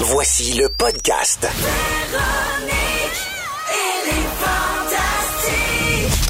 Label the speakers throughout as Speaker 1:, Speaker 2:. Speaker 1: Voici le podcast.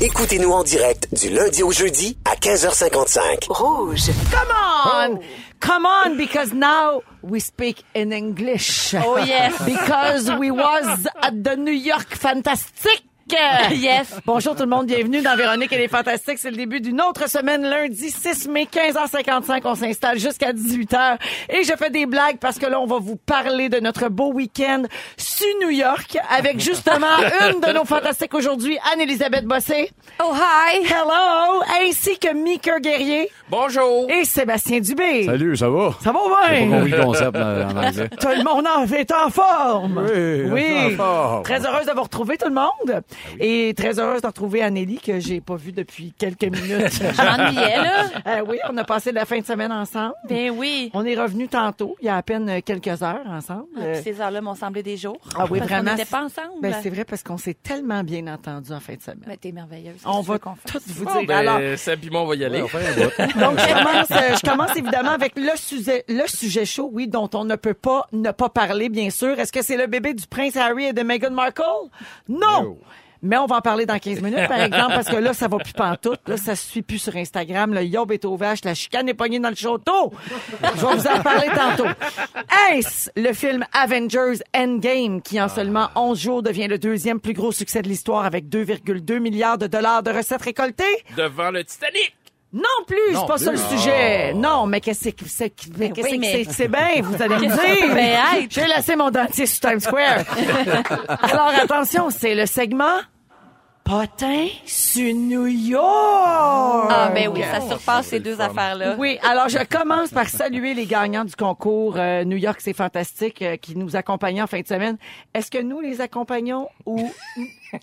Speaker 1: Écoutez-nous en direct du lundi au jeudi à 15h55.
Speaker 2: Rouge.
Speaker 3: Come on!
Speaker 4: Oh.
Speaker 3: Come on, because now we speak in English.
Speaker 4: Oh, yes.
Speaker 3: Because we was at the New York Fantastic.
Speaker 4: Yes.
Speaker 3: Bonjour tout le monde, bienvenue dans Véronique et les Fantastiques. C'est le début d'une autre semaine, lundi 6 mai, 15h55. On s'installe jusqu'à 18h. Et je fais des blagues parce que là, on va vous parler de notre beau week-end sur New York avec justement une de nos Fantastiques aujourd'hui, Anne-Elisabeth Bossé.
Speaker 4: Oh, hi.
Speaker 3: Hello! Ainsi que Mika Guerrier
Speaker 5: Bonjour.
Speaker 3: et Sébastien Dubé.
Speaker 6: Salut, ça va?
Speaker 3: Ça va
Speaker 6: J'ai pas
Speaker 3: bien?
Speaker 6: compris le concept en, en anglais.
Speaker 3: Tout le monde en est en forme.
Speaker 6: Oui, on est en forme. Ah
Speaker 3: Très heureuse de vous retrouver tout le monde et très heureuse de retrouver Anélie que j'ai pas vue depuis quelques minutes.
Speaker 4: J'ennuyais, là.
Speaker 3: Euh, oui, on a passé la fin de semaine ensemble.
Speaker 4: Ben oui.
Speaker 3: On est revenus tantôt, il y a à peine quelques heures ensemble.
Speaker 4: Ah, puis ces heures-là m'ont semblé des jours.
Speaker 3: Ah oui,
Speaker 4: Parce
Speaker 3: vraiment.
Speaker 4: On n'était pas ensemble.
Speaker 3: Ben, c'est vrai parce qu'on s'est tellement bien entendus en fin de semaine.
Speaker 4: Mais t'es merveilleuse.
Speaker 3: On va
Speaker 4: Qu'est-ce que tu veux Ben, qu'on fasse?
Speaker 3: tout vous
Speaker 5: Bon,
Speaker 3: dire.
Speaker 5: ben,
Speaker 3: Alors,
Speaker 5: Seb et moi, on va y aller.
Speaker 6: On fait un bout.
Speaker 3: Donc, je commence, euh, je commence évidemment avec le sujet, le sujet chaud, oui, dont on ne peut pas ne pas parler, bien sûr. Est-ce que c'est le bébé du prince Harry et de Meghan Markle? Non! Mais on va en parler dans 15 minutes, par exemple, parce que là, ça va plus pantoute. Là, ça se suit plus sur Instagram. Le yob est au vache, la chicane est pognée dans le château. Je vais vous en parler tantôt. Est-ce le film Avengers Endgame, qui en seulement 11 jours devient le deuxième plus gros succès de l'histoire avec 2,2 milliards de dollars de recettes récoltées?
Speaker 5: Devant le Titanic.
Speaker 3: Non plus, Ah. c'est pas ça le sujet. Non, mais qu'est-ce que c'est que mais qu'est-ce
Speaker 4: Ben oui,
Speaker 3: que
Speaker 4: mais-
Speaker 3: c'est c'est bien, vous allez me dire.
Speaker 4: bien être?
Speaker 3: J'ai laissé mon dentier sur Times Square. Alors attention, c'est le segment Potin sur New York.
Speaker 4: Ah, ben oui, ça surpasse ces deux affaires-là.
Speaker 3: Oui, alors je commence par saluer les gagnants du concours euh, New York, c'est fantastique, euh, qui nous accompagnaient en fin de semaine. Est-ce que nous les accompagnons ou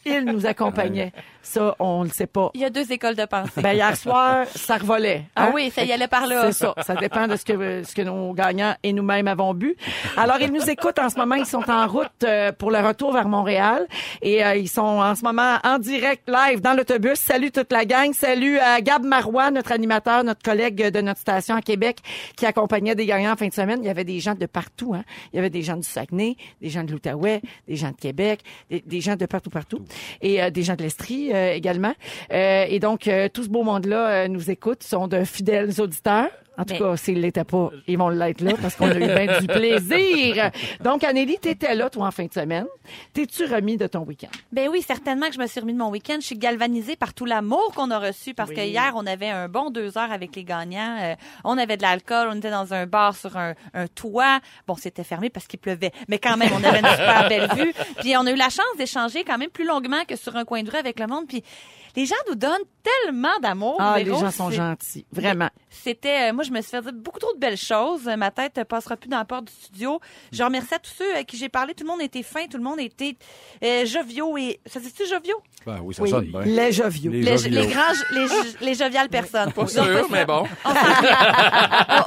Speaker 3: ils nous accompagnaient? Ça, on le sait pas.
Speaker 4: Il y a deux écoles de pensée.
Speaker 3: Ben, hier soir, ça revolait. hein?
Speaker 4: Ah oui, ça y allait par là.
Speaker 3: C'est ça. Ça dépend de ce que, ce que nos gagnants et nous-mêmes avons bu. Alors, ils nous écoutent en ce moment. Ils sont en route euh, pour le retour vers Montréal. Et euh, ils sont en ce moment en direct, live, dans l'autobus. Salut toute la gang. Salut à Gab Marois, notre animateur, notre collègue de notre station à Québec, qui accompagnait des gagnants en fin de semaine. Il y avait des gens de partout. Hein. Il y avait des gens du Saguenay, des gens de l'Outaouais, des gens de Québec, des, des gens de partout, partout. Et euh, des gens de l'Estrie euh, également. Euh, et donc, euh, tout ce beau monde-là euh, nous écoute. Ils sont de fidèles auditeurs. En tout
Speaker 4: Mais-
Speaker 3: cas, s'ils l'étaient pas, ils vont l'être là parce qu'on a eu bien du plaisir. Donc, Anélie, t'étais là, toi, en fin de semaine. T'es-tu remis de ton week-end?
Speaker 4: Ben oui, certainement que je me suis remis de mon week-end. Je suis galvanisée par tout l'amour qu'on a reçu parce que hier, on avait un bon deux heures avec les gagnants. Euh, on avait de l'alcool, on était dans un bar sur un, un toit. Bon, c'était fermé parce qu'il pleuvait, mais quand même, on avait une super belle vue. Puis on a eu la chance d'échanger quand même plus longuement que sur un coin de rue avec le monde. Puis les gens nous donnent tellement d'amour.
Speaker 3: Ah, les
Speaker 4: Véro,
Speaker 3: gens sont
Speaker 4: c'est-
Speaker 3: gentils. Vraiment.
Speaker 4: c'était, euh, moi, je me suis fait dire beaucoup trop de belles choses. Euh, Ma tête euh, passera plus dans la porte du studio. Je remercie à tous ceux à qui j'ai parlé. Tout le monde était fin, tout le monde était euh, joviaux et ça c'est tu joviaux.
Speaker 6: Ben oui, ça
Speaker 3: Oui.
Speaker 6: sonne bien.
Speaker 3: Les joviaux.
Speaker 6: Les-
Speaker 4: Les,
Speaker 6: joviaux.
Speaker 4: les grands, les, les joviales personnes.
Speaker 5: Pas sûr, mais bon.
Speaker 4: On, s'en-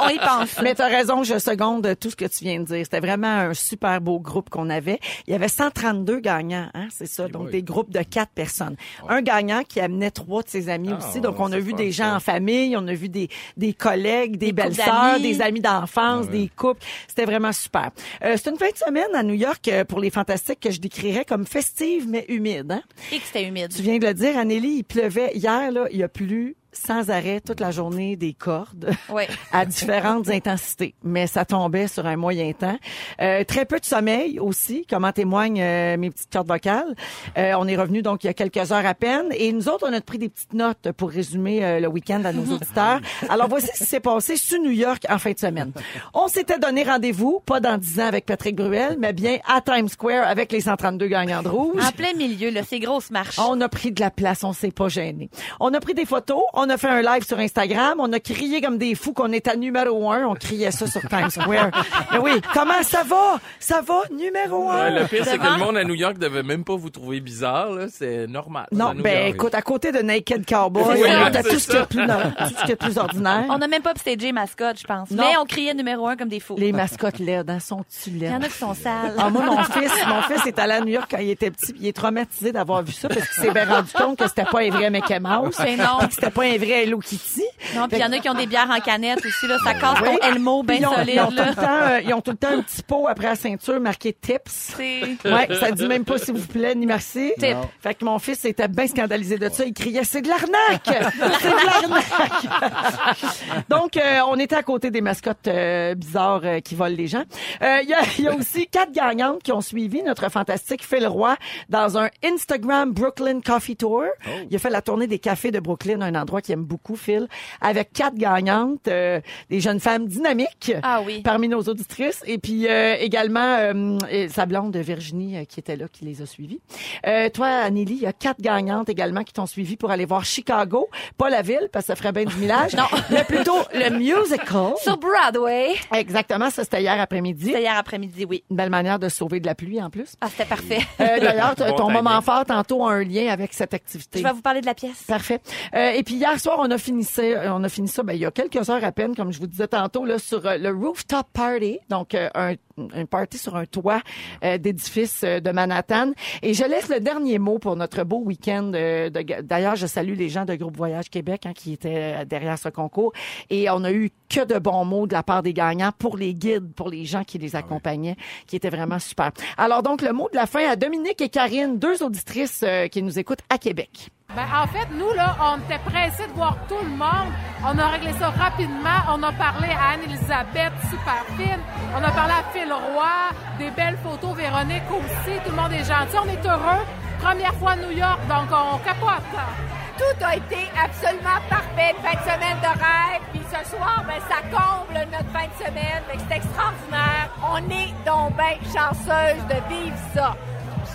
Speaker 4: on- on y pense.
Speaker 3: Mais t'as raison, je seconde tout ce que tu viens de dire. C'était vraiment un super beau groupe qu'on avait. Il y avait 132 gagnants, hein, c'est ça. Donc,
Speaker 6: oui.
Speaker 3: des groupes de quatre personnes. Un gagnant qui amenait trois de ses amis aussi. Donc, on
Speaker 5: Oh. Ah,
Speaker 3: a
Speaker 5: c'est
Speaker 3: vu
Speaker 5: fun,
Speaker 3: des gens
Speaker 5: ça.
Speaker 3: en famille, on a vu des, des collègues, des,
Speaker 4: couples
Speaker 3: belles-sœurs,
Speaker 4: d'amis.
Speaker 3: des amis d'enfance,
Speaker 5: Ah,
Speaker 3: des couples. C'était vraiment super. Euh, c'est une fin de semaine à New York euh, pour les fantastiques que je décrirais comme festive mais humide. Hein?
Speaker 4: Et que c'était humide.
Speaker 3: Tu viens de le dire, Anélie, il pleuvait hier, là, il a plu sans arrêt toute la journée des cordes
Speaker 4: Ouais.
Speaker 3: à différentes intensités, mais ça tombait sur un moyen temps. Euh, très peu de sommeil aussi, comme en témoignent euh, mes petites cordes vocales. Euh, on est revenu donc il y a quelques heures à peine et nous autres, on a pris des petites notes pour résumer euh, le week-end à nos auditeurs. Alors voici ce qui s'est passé sur New York en fin de semaine. On s'était donné rendez-vous, pas dans 10 ans avec Patrick Bruel, mais bien à Times Square avec les 132 gagnants de rouge.
Speaker 4: En plein milieu, là, ces grosses marches.
Speaker 3: On a pris de la place, on s'est pas gêné. On a pris des photos, on a fait un live sur Instagram, on a crié comme des fous qu'on était numéro un, on criait ça sur Times Square. Mais oui, comment ça va? Ça va, numéro
Speaker 5: Ouais,
Speaker 3: un?
Speaker 5: Euh, le pire, c'est que
Speaker 4: Devant.
Speaker 5: le monde à New York devait même pas vous trouver bizarre. là. C'est normal.
Speaker 3: Non,
Speaker 5: À New
Speaker 3: ben
Speaker 5: York.
Speaker 3: écoute, à côté de Naked Cowboy,
Speaker 5: C'est ça.
Speaker 3: t'as tout
Speaker 5: C'est
Speaker 3: ce qu'il y a
Speaker 5: ça.
Speaker 3: de plus, nor- tout ce qu'il y a de plus ordinaire.
Speaker 4: On n'a même pas stagé mascotte, je pense.
Speaker 3: Non.
Speaker 4: Mais on criait numéro un comme des fous.
Speaker 3: Les mascottes laides, hein, sont-tu
Speaker 4: Il y en
Speaker 3: laides?
Speaker 4: a qui sont sales.
Speaker 3: Ah, moi, mon fils, mon fils est allé à New York quand il était petit, puis il est traumatisé d'avoir vu ça parce qu'il s'est bien rendu compte que c'était pas un vrai Mickey Mouse.
Speaker 4: Ben non.
Speaker 3: puis que c'était pas un un vrai Hello Kitty.
Speaker 4: Non, puis il y en a qui ont des bières en canette aussi, là. Ça casse ton Elmo bien
Speaker 3: Ben Ils ont, ils, ont
Speaker 4: solide,
Speaker 3: tout le
Speaker 4: là.
Speaker 3: temps, euh, ils ont tout le temps un petit pot après la ceinture marqué tips.
Speaker 4: C'est-
Speaker 3: Ouais, ça dit même pas s'il vous plaît ni merci.
Speaker 4: Tip.
Speaker 3: Fait que mon fils était bien scandalisé de ça. Il criait c'est de l'arnaque, c'est de l'arnaque. Donc euh, on était à côté des mascottes euh, bizarres euh, qui volent les gens. Euh, Il y, a, il y a aussi quatre gagnantes qui ont suivi notre fantastique Phil Roy dans un Instagram Brooklyn Coffee Tour. Il a fait la tournée des cafés de Brooklyn, un endroit qu'il aime beaucoup Phil, avec quatre gagnantes, euh, des jeunes femmes dynamiques
Speaker 4: Ah oui.
Speaker 3: parmi nos auditrices. Et puis euh, également euh, et sa blonde Virginie euh, qui était là, qui les a suivies. Euh, toi, Anneli, il y a quatre gagnantes également qui t'ont suivi pour aller voir Chicago, pas la ville, parce que ça ferait bien du millage. non, mais plutôt le musical.
Speaker 4: Sur Broadway.
Speaker 3: Exactement, ça c'était hier après-midi.
Speaker 4: C'était hier après-midi, oui.
Speaker 3: Une belle manière de se sauver de la pluie en plus.
Speaker 4: Ah, c'était parfait.
Speaker 3: Euh, D'ailleurs, t-
Speaker 5: Bon
Speaker 3: ton
Speaker 5: timing.
Speaker 3: moment fort tantôt a un lien avec cette activité.
Speaker 4: Je vais vous parler de la pièce.
Speaker 3: Parfait. Euh, et puis hier soir, on a fini ça, euh, on a fini ça ben, il y a quelques heures à peine, comme je vous disais tantôt, là, sur euh, le rooftop party, donc euh, un, un party sur un toit euh, d'édifice euh, de Manhattan. Et je laisse le dernier mot pour notre beau week-end. euh, de ga- D'ailleurs, je salue les gens de Groupe Voyage Québec hein, qui étaient euh, derrière ce concours. Et on a eu que de bons mots de la part des gagnants pour les guides, pour les gens qui les accompagnaient, qui étaient vraiment super. Alors donc, le mot de la fin à Dominique et Karine, deux auditrices euh, qui nous écoutent à Québec.
Speaker 2: Ben, en fait, nous, là, on était pressés de voir tout le monde. On a réglé ça rapidement. On a parlé à Anne-Elisabeth, super fine. On a parlé à Phil Roy, des belles photos, Véronique aussi. Tout le monde est gentil. On est heureux. Première fois à New York, donc on capote.
Speaker 7: Tout a été absolument parfait. Une fin de semaine de rêve. Puis ce soir, ben, ça comble notre fin de semaine. Fait que C'est extraordinaire. On est donc bien chanceuse de vivre ça.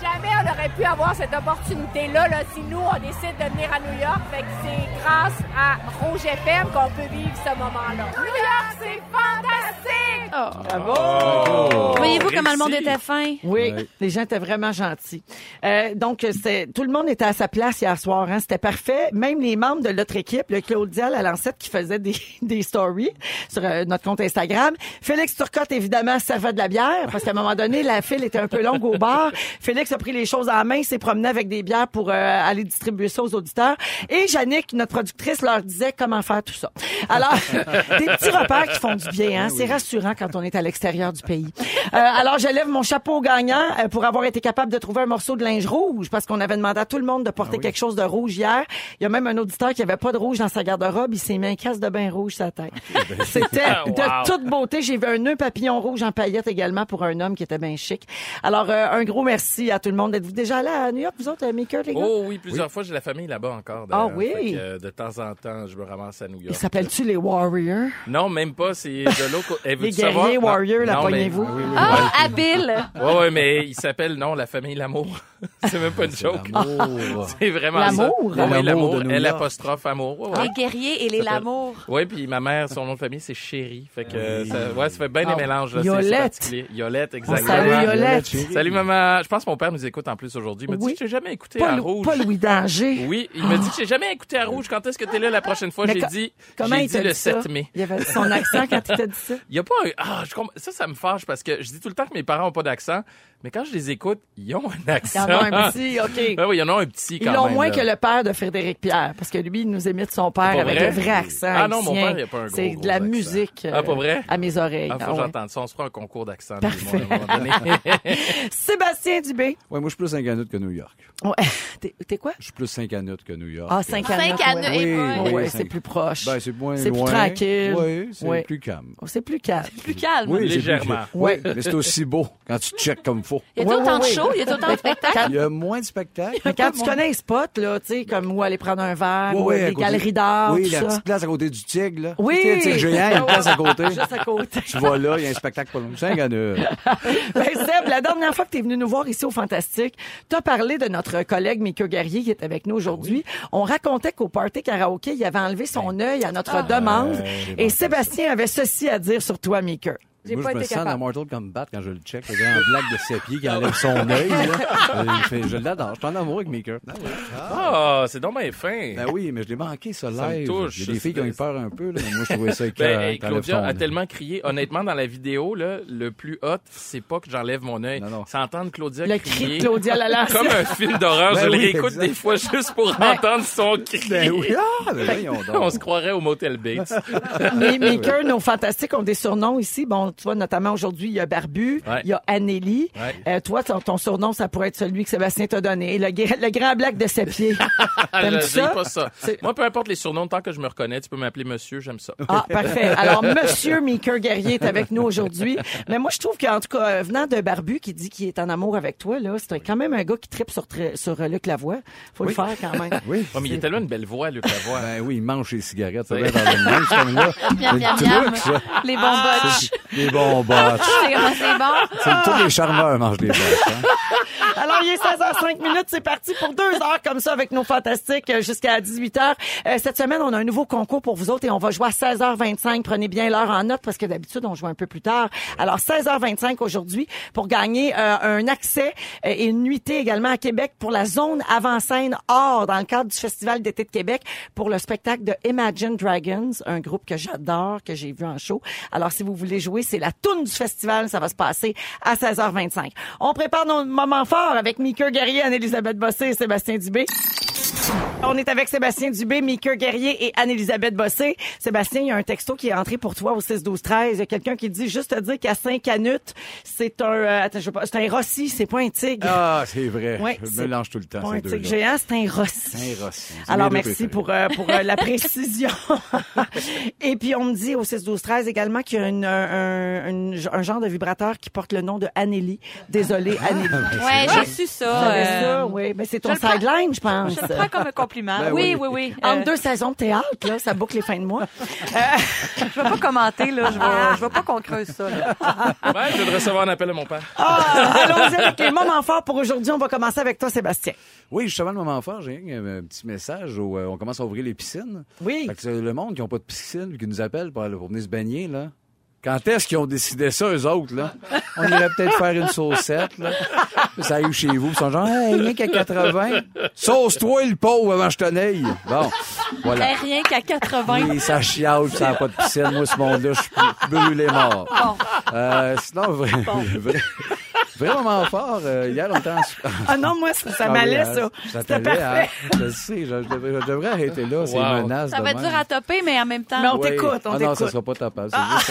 Speaker 7: Jamais on aurait pu avoir cette opportunité-là là, si nous, on décide de venir à New York. Fait que c'est grâce à Rouge FM qu'on peut vivre ce moment-là. New York, c'est fantastique!
Speaker 4: Oh. Voyez-vous comment le monde
Speaker 5: Réussi.
Speaker 4: était fin?
Speaker 3: Oui, les gens étaient vraiment gentils. Euh, donc, c'est tout le monde était à sa place hier soir. Hein, C'était parfait. Même les membres de notre équipe, le Claudia la Lancette qui faisait des, des stories sur euh, notre compte Instagram. Félix Turcotte, évidemment, servait de la bière parce qu'à un moment donné, la file était un peu longue au bar. Félix a pris les choses en main, s'est promené avec des bières pour euh, aller distribuer ça aux auditeurs. Et Jannick, notre productrice, leur disait comment faire tout ça. Alors, des petits repères qui font du bien.
Speaker 5: Ah
Speaker 3: Hein? C'est rassurant quand on est à l'extérieur du pays. Euh, alors, je lève mon chapeau au gagnant euh, pour avoir été capable de trouver un morceau de linge rouge parce qu'on avait demandé à tout le monde de porter
Speaker 5: Ah
Speaker 3: quelque chose de rouge hier. Il y a même un auditeur qui avait pas de rouge dans sa garde-robe. Il s'est mis un casque de bain rouge sur la tête.
Speaker 5: ben,
Speaker 3: C'était
Speaker 5: Ah, Wow.
Speaker 3: de toute beauté. J'ai vu un nœud papillon rouge en paillettes également pour un homme qui était bien chic. Alors, euh, un gros merci à tout le monde. Êtes-vous déjà allé à New York, vous autres, euh, Maker, les gars?
Speaker 5: Oh oui, plusieurs fois, j'ai la famille là-bas encore. d'ailleurs.
Speaker 3: Ah oui?
Speaker 5: Fait que, euh, de temps en temps, je me ramasse à New York.
Speaker 3: Ils s'appellent-tu les Warriors?
Speaker 5: Non, même pas. C'est de l'autre côté. Eh,
Speaker 3: Les
Speaker 5: veux-tu savoir?
Speaker 3: guerriers
Speaker 5: Non.
Speaker 3: Warriors, la
Speaker 5: Non, mais-
Speaker 3: poignez-vous.
Speaker 5: Oui, oui,
Speaker 4: Ah, habile!
Speaker 5: oui. Ouais, ouais, mais il s'appelle, non, la famille L'Amour. c'est même pas une joke.
Speaker 6: Ah, L'amour.
Speaker 5: C'est vraiment
Speaker 3: L'Amour?
Speaker 5: ça. Ah Oui,
Speaker 6: L'amour de
Speaker 5: l'amour.
Speaker 6: New
Speaker 5: Elle
Speaker 6: York.
Speaker 5: apostrophe amour. Ouais, ouais.
Speaker 4: Les guerriers et les
Speaker 5: s'appelle-
Speaker 4: lamours.
Speaker 5: Oui, puis ma mère, son nom de famille, c'est Chérie. Fait que euh, ça, ouais, ça fait bien
Speaker 3: Ah,
Speaker 5: des mélanges. Là, c'est-
Speaker 3: Yolette. Ah,
Speaker 5: C'est particulier. Yolette, exactement.
Speaker 3: Salut,
Speaker 6: Yolette,
Speaker 3: Yolette.
Speaker 6: chérie.
Speaker 5: Salut, maman. Je pense que mon père nous écoute en plus aujourd'hui. Il m'a
Speaker 3: Oui.
Speaker 5: dit que j'ai jamais écouté
Speaker 3: Pas,
Speaker 5: à
Speaker 3: Lou-
Speaker 5: Rouge.
Speaker 3: pas Louis Danger.
Speaker 5: Oui, il m'a dit que j'ai jamais écouté à Rouge. Quand est-ce que t'es là la prochaine fois?
Speaker 3: Mais
Speaker 5: J'ai
Speaker 3: co-
Speaker 5: dit,
Speaker 3: Comment
Speaker 5: j'ai
Speaker 3: il
Speaker 5: dit
Speaker 3: t'a
Speaker 5: le
Speaker 3: dit ça?
Speaker 5: 7 mai.
Speaker 3: Il avait son accent quand il t'a dit ça.
Speaker 5: Il y a pas un... Ah, je comprends- Ça, ça me fâche parce que je dis tout le temps que mes parents ont pas d'accent, mais quand je les écoute, ils ont un
Speaker 3: Il y
Speaker 5: accent.
Speaker 3: en a un petit, OK.
Speaker 5: Ben oui, il y en a un petit quand
Speaker 3: Ils l'ont
Speaker 5: même,
Speaker 3: moins
Speaker 5: là.
Speaker 3: que le père de Frédéric Pierre, parce que lui, il nous émite son père
Speaker 5: Pas
Speaker 3: avec
Speaker 5: vrai?
Speaker 3: un vrai accent.
Speaker 5: Ah non, mon
Speaker 3: haïtien.
Speaker 5: père, il a pas un gros,
Speaker 3: C'est de
Speaker 5: gros
Speaker 3: la
Speaker 5: accent.
Speaker 3: musique euh,
Speaker 5: Ah, pas vrai?
Speaker 3: à mes oreilles.
Speaker 5: Ah, faut
Speaker 3: Ah
Speaker 5: que
Speaker 3: ouais.
Speaker 5: j'entende ça. On se fera un concours d'accent. tout le monde, à un moment donné.
Speaker 3: Sébastien Dubé.
Speaker 6: Ouais, moi, je suis plus 5 à que New York.
Speaker 3: Ouais. T'es t'es quoi?
Speaker 6: Je suis plus 5 à que New York.
Speaker 3: Ah, 5 à
Speaker 7: Cinq
Speaker 3: neuf,
Speaker 7: à
Speaker 3: ouais. Ah
Speaker 7: neuf.
Speaker 6: Oui,
Speaker 7: Ouais,
Speaker 6: oui,
Speaker 3: ouais,
Speaker 6: cinq.
Speaker 3: c'est plus proche.
Speaker 6: Ben, c'est moins
Speaker 3: C'est plus
Speaker 6: loin.
Speaker 3: tranquille.
Speaker 6: Oui, c'est
Speaker 3: Oui.
Speaker 6: plus calme.
Speaker 3: Oh, C'est plus calme.
Speaker 4: Plus calme.
Speaker 6: Oui, c'est plus-
Speaker 5: Légèrement.
Speaker 3: Ouais.
Speaker 6: Mais c'est aussi beau quand tu checkes comme faut.
Speaker 4: Il y a
Speaker 3: Ouais,
Speaker 4: autant de
Speaker 3: ouais,
Speaker 4: shows, il y a autant de spectacles.
Speaker 6: Il y a moins de spectacles.
Speaker 3: Mais quand tu connais un spot, là, tu sais, comme où aller prendre un verre,
Speaker 6: Ouais,
Speaker 3: ou
Speaker 6: ouais, à
Speaker 3: des
Speaker 6: côté-
Speaker 3: galeries d'art,
Speaker 6: Oui,
Speaker 3: tout
Speaker 6: la
Speaker 3: ça.
Speaker 6: petite place à côté du Tigre, là.
Speaker 3: Oui.
Speaker 6: Tu sais, le Tigre géant, il y a une place à côté.
Speaker 3: Juste à côté.
Speaker 6: Tu vas là, il y a un spectacle pas long. 5 à 9.
Speaker 3: Ben, Seb, la dernière fois que tu es venu nous voir ici au Fantastique, tu as parlé de notre collègue Mika Guerrier qui est avec nous aujourd'hui. On racontait qu'au party karaoké,
Speaker 2: Ben, ah,
Speaker 3: il avait enlevé son œil à notre demande.
Speaker 6: c'est
Speaker 3: et
Speaker 6: bon,
Speaker 3: Sébastien avait ceci à dire sur toi, Mika.
Speaker 2: J'ai
Speaker 6: Moi,
Speaker 2: pas
Speaker 6: je me
Speaker 2: été
Speaker 6: sens
Speaker 2: capable.
Speaker 6: dans Mortal Kombat quand je le check, le grand blague de Sepier qui enlève son œil. là. Euh, il fait- Je l'adore. Je suis en amour avec Maker.
Speaker 5: Ah, c'est donc bien fin.
Speaker 6: Ben oui, mais je l'ai manqué, ça,
Speaker 5: Ça me
Speaker 6: live.
Speaker 5: touche.
Speaker 6: Il y a des filles qui ont eu peur un peu, là, mais moi, je trouvais ça éclairant.
Speaker 5: Ben, hey,
Speaker 6: euh, t'enlèves
Speaker 5: Claudia
Speaker 6: ton
Speaker 5: a
Speaker 6: œil.
Speaker 5: tellement crié. Honnêtement, dans la vidéo, là, le plus hot, c'est pas que j'enlève mon œil.
Speaker 6: Non, non.
Speaker 5: C'est entendre Claudia
Speaker 3: Le cri
Speaker 5: crier.
Speaker 3: de Claudia Lalace.
Speaker 5: Comme un film d'horreur.
Speaker 6: Ben
Speaker 5: je le
Speaker 6: oui,
Speaker 5: réécoute
Speaker 6: exact.
Speaker 5: des fois juste pour
Speaker 3: Ben.
Speaker 5: entendre son cri.
Speaker 6: Ben oui, ah, ben voyons donc.
Speaker 5: On se croirait au Motel Bates.
Speaker 3: Mais Maker, nos fantastiques ont des surnoms ici. Bon, tu vois, notamment aujourd'hui, il y a Barbu,
Speaker 5: Ouais.
Speaker 3: il y a Anneli.
Speaker 5: Ouais.
Speaker 3: Euh, toi, ton, ton surnom, ça pourrait être celui que Sébastien t'a donné. Le, gra- le grand blague de ses pieds.
Speaker 5: Ah, je-
Speaker 3: T'aimes
Speaker 5: j'aime
Speaker 3: ça?
Speaker 5: pas ça.
Speaker 3: C'est-
Speaker 5: Moi, peu importe les surnoms, tant que je me reconnais, tu peux m'appeler monsieur, j'aime ça.
Speaker 3: Ah, parfait. Alors, Monsieur Maker Guerrier est avec nous aujourd'hui. Mais moi, je trouve qu'en tout cas, euh, venant de Barbu qui dit qu'il est en amour avec toi, là, c'est quand même un gars qui tripe sur, tra- sur euh, Luc Lavoie. Faut le faire quand même.
Speaker 6: Oui.
Speaker 5: Ouais, Oh, mais il y a tellement une belle voix, Luc Lavoie.
Speaker 6: Ben oui, il mange ses cigarettes. Ça doit être dans le même, c'est comme là.
Speaker 4: Miam, miam,
Speaker 6: C'est le
Speaker 4: miam.
Speaker 6: truc, ça.
Speaker 4: Les bons botches.
Speaker 6: Des bons botches.
Speaker 4: C'est comment c'est bon.
Speaker 6: C'est- Tous les charmeurs mangent des botches. hein.
Speaker 3: Alors, il est 16h05 minutes. C'est parti pour deux heures comme ça avec nos fantastiques euh, jusqu'à 18h. Euh, cette semaine, on a un nouveau concours pour vous autres et on va jouer à 16h25. Prenez bien l'heure en note parce que d'habitude, on joue un peu plus tard. Alors, 16h25 aujourd'hui pour gagner euh, un accès euh, et une nuitée également à Québec pour la zone avant-scène or dans le cadre du Festival d'été de Québec pour le spectacle de Imagine Dragons, un groupe que j'adore, que j'ai vu en show. Alors, si vous voulez jouer, c'est la toune du festival. Ça va se passer à 16h25. On prépare nos moments forts avec Mika Guerrier, Anne-Elisabeth Bossé et Sébastien Dubé. On est avec Sébastien Dubé, Mika Guerrier et Anne-Elisabeth Bossé. Sébastien, il y a un texto qui est entré pour toi au 6-12-13. Il y a quelqu'un qui dit juste te dire qu'à 5 canutes, c'est un, euh, attends, je veux pas, c'est un rossi, c'est pas un tigre.
Speaker 6: Ah, c'est vrai.
Speaker 3: Ouais,
Speaker 6: je
Speaker 3: c'est
Speaker 6: mélange tout le temps,
Speaker 3: Pas
Speaker 6: ces
Speaker 3: un tigre
Speaker 6: deux-là.
Speaker 3: géant, c'est un rossi.
Speaker 6: C'est un rossi. C'est
Speaker 3: Alors,
Speaker 6: mes deux
Speaker 3: merci
Speaker 6: préférés.
Speaker 3: pour, euh, pour euh, la précision. Et puis, on me dit au 6-12-13 également qu'il y a une, euh, un, une- un genre de vibrateur qui porte le nom de Anneli. Désolée,
Speaker 6: Ah.
Speaker 3: Anneli.
Speaker 4: Ouais, j'ai su ça.
Speaker 3: J'avais
Speaker 4: euh,
Speaker 3: ça, oui. Mais c'est ton
Speaker 4: je le prends-
Speaker 3: sideline, je pense.
Speaker 4: Je le prends euh, comme un compliment.
Speaker 6: Ben
Speaker 4: oui, oui,
Speaker 6: oui.
Speaker 4: oui.
Speaker 3: Entre
Speaker 4: Euh,
Speaker 3: deux saisons de théâtre, là, ça boucle les fins de mois.
Speaker 4: Euh, Je vais pas commenter, là. Je vais, je vais pas qu'on creuse ça. là.
Speaker 5: Ouais, je viens de recevoir un appel de mon père.
Speaker 3: Ah, allons-y avec les moments forts pour aujourd'hui. On va commencer avec toi, Sébastien.
Speaker 6: Oui, justement, le moment fort, j'ai euh, un, un petit message où euh, on commence à ouvrir les piscines.
Speaker 3: Oui.
Speaker 6: Fait que c'est le monde qui n'a pas de piscine puis qui nous appelle pour, aller- pour venir se baigner, là. Quand est-ce qu'ils ont décidé ça, eux autres, là? On irait peut-être faire une saucette, là. Ça arrive chez vous, ils sont genre, hey, rien qu'à 80. Sauce-toi le pauvre avant que je t'en aille. Bon, voilà.
Speaker 4: Eh, Rien qu'à 80.
Speaker 6: Oui, ça chiale, puis ça n'a pas de piscine. Moi, ce monde-là, je suis brûlé mort. Euh, sinon, vrai, vrai- vraiment fort. euh, hier, on était en sou-
Speaker 3: Ah non, moi, ça, ça
Speaker 6: Ah oui,
Speaker 3: m'allait,
Speaker 6: hein,
Speaker 3: ça. C'était
Speaker 6: t'allait,
Speaker 3: parfait.
Speaker 6: hein. Je le sais, je, je devrais, je devrais arrêter là, ces
Speaker 5: Wow.
Speaker 6: menaces.
Speaker 4: Ça
Speaker 6: de
Speaker 4: va être
Speaker 6: même.
Speaker 4: dur à topper, mais en même temps.
Speaker 3: Mais on
Speaker 6: Oui.
Speaker 3: t'écoute, on
Speaker 6: ah non, ça
Speaker 3: t'écoute. Ah.
Speaker 6: sera pas tapable. C'est juste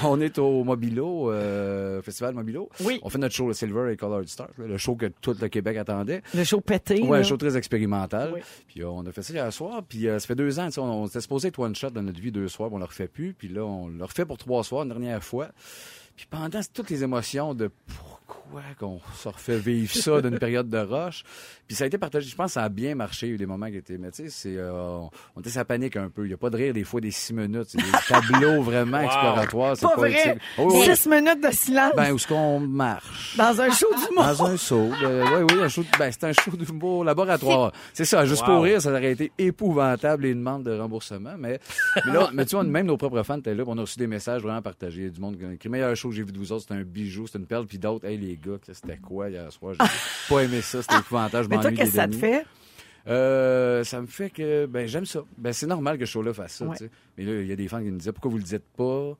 Speaker 6: qu'on- on, on est au Mobilo, euh, Festival Mobilo.
Speaker 3: Oui.
Speaker 6: On fait notre show, le Silver et Colored Star, le show que tout le Québec attendait.
Speaker 3: Le show pété. là.
Speaker 6: Ouais, un show très expérimental. Puis euh, on a fait ça hier soir. Puis euh, ça fait deux ans, tu sais, on, on s'était supposé être one shot dans notre vie deux soirs, puis on le refait plus. Puis là, on le refait pour trois soirs, une dernière fois. Puis pendant toutes les émotions de pourquoi qu'on se refait vivre ça d'une période de roche. Puis ça a été partagé. Je pense que ça a bien marché. Il y a eu des moments qui étaient, mais tu sais, c'est, euh, on était ça panique un peu. Il n'y a pas de rire des fois des six minutes. C'est des tableaux vraiment exploratoires. C'est
Speaker 3: Pas
Speaker 6: exi-
Speaker 3: vrai.
Speaker 6: Oui, oui.
Speaker 3: Six minutes de silence
Speaker 6: Ben, où est-ce qu'on marche?
Speaker 3: dans un show
Speaker 5: Ah,
Speaker 3: du monde.
Speaker 6: Dans un show. de- oui, oui, un show. de- Ben, c'est un show d'humour laboratoire. C'est ça, juste pour rire, ça aurait été épouvantable les demandes de remboursement. Mais, mais là, mais tu vois, même nos propres fans étaient là. puis On a reçu des messages vraiment partagés. Il y a Du monde qui a écrit meilleur show que j'ai vu de vous autres, c'était un bijou, c'était une perle. Puis d'autres, hey les gars, c'était quoi hier soir? J'ai pas aimé ça, c'était
Speaker 5: ah,
Speaker 6: épouvantable. je
Speaker 3: Mais toi,
Speaker 6: m'ennuie
Speaker 3: qu'est-ce que
Speaker 6: des
Speaker 3: ça te
Speaker 6: demi.
Speaker 3: fait?
Speaker 6: Euh, ça me fait que ben j'aime ça. Ben c'est normal que ce show-là fasse ça.
Speaker 3: Ouais.
Speaker 6: tu sais. Mais là, il y a des fans qui me disaient pourquoi vous le dites pas.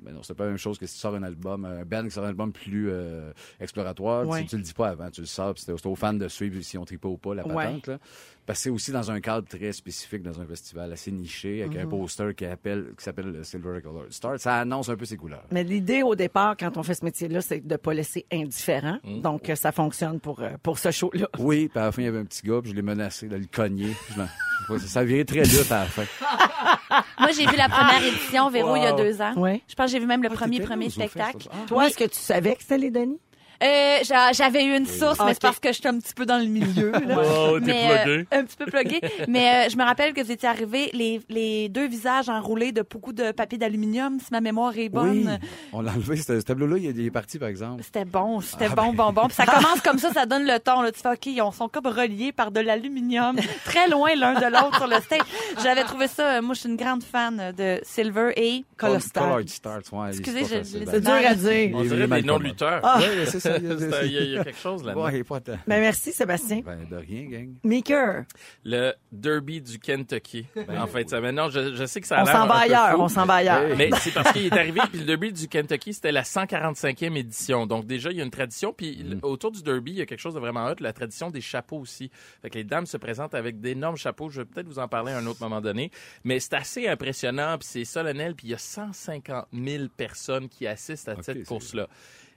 Speaker 6: Ben non, c'est pas la même chose que si tu sors un album, un band qui sort un album plus euh, exploratoire.
Speaker 3: Ouais.
Speaker 6: Tu, tu le dis pas avant, tu le sors, puis c'est c'est aux fans de suivre si on tripe ou pas la
Speaker 3: Ouais.
Speaker 6: patente. Là. Parce que c'est aussi dans un cadre très spécifique, dans un festival assez niché,
Speaker 3: Mm-hmm.
Speaker 6: avec un poster qui appelle qui s'appelle le Silver Colored Star. Ça annonce un peu ses couleurs.
Speaker 3: Mais l'idée au départ, quand on fait ce métier-là, c'est de pas laisser indifférent.
Speaker 5: Mm.
Speaker 3: Donc, euh, ça fonctionne pour, euh, pour ce show-là.
Speaker 6: Oui, puis à la fin, il y avait un petit gars, puis je l'ai menacé de le cogner. Je l'en- je sais pas, ça a viré très dur à la fin.
Speaker 4: Moi, j'ai vu la première édition, Véro, il y a
Speaker 6: Wow. Ah,
Speaker 4: deux ans.
Speaker 3: Ouais.
Speaker 4: Je pense que j'ai vu même le premier
Speaker 6: t'étais là
Speaker 4: premier
Speaker 6: au Zoo Fest,
Speaker 4: spectacle.
Speaker 6: ah.
Speaker 3: Toi, est-ce que tu savais que c'était les Denis?
Speaker 4: Euh, j'a- J'avais eu une source,
Speaker 6: Ah,
Speaker 4: mais
Speaker 3: Ok.
Speaker 4: c'est parce que j'étais un petit peu dans le milieu. là.
Speaker 5: Oh, t'es
Speaker 4: Mais, euh,
Speaker 5: plugué.
Speaker 4: un petit peu plugué. mais euh, je me rappelle que vous étiez arrivés, les, les deux visages enroulés de beaucoup de papier d'aluminium, si ma mémoire est
Speaker 6: Oui,
Speaker 4: bonne.
Speaker 6: on l'a enlevé. Ce, ce tableau-là, il est- il est parti, par exemple.
Speaker 4: C'était bon, c'était
Speaker 6: Ah,
Speaker 4: bon,
Speaker 6: ben.
Speaker 4: bon, bon. Puis ça commence comme ça, ça donne le ton. Là. Tu fais, OK, ils sont comme reliés par de l'aluminium, très loin l'un de l'autre sur le stage. J'avais trouvé ça, euh, moi, je suis une grande fan de Silver et
Speaker 3: Colostal.
Speaker 6: Colored Stars, ouais,
Speaker 4: Excusez,
Speaker 6: c'est
Speaker 4: je-
Speaker 6: pas facile,
Speaker 4: les-
Speaker 6: hein.
Speaker 3: C'est dur à dire.
Speaker 5: On
Speaker 6: Il est
Speaker 5: dirait des
Speaker 6: mal Ah,
Speaker 5: noms de
Speaker 6: commode.
Speaker 5: lutteurs.
Speaker 6: Ouais, c'est ça.
Speaker 5: C'est- Il y, a- il y a quelque chose là-dedans.
Speaker 6: Ouais, il est pas tant.
Speaker 3: Ben, merci, Sébastien.
Speaker 6: Ben, de rien, gang.
Speaker 3: Maker.
Speaker 5: Le derby du Kentucky en fin de semaine. Non, je, je sais que ça a
Speaker 3: On
Speaker 5: l'air
Speaker 3: s'en
Speaker 5: un
Speaker 3: va
Speaker 5: peu
Speaker 3: ailleurs,
Speaker 5: fou.
Speaker 3: on s'en va ailleurs.
Speaker 5: Mais c'est parce qu'il est arrivé, puis le derby du Kentucky, c'était la 145e édition. Donc déjà, il y a une tradition. Puis
Speaker 3: Mm.
Speaker 5: l- autour du derby, il y a quelque chose de vraiment hot, la tradition des chapeaux aussi. Fait que les dames se présentent avec d'énormes chapeaux. Je vais peut-être vous en parler à un autre moment donné. Mais c'est assez impressionnant, puis c'est solennel. Puis il y a 150 000 personnes qui assistent à
Speaker 6: Ok,
Speaker 5: cette
Speaker 6: c'est-
Speaker 5: course-là.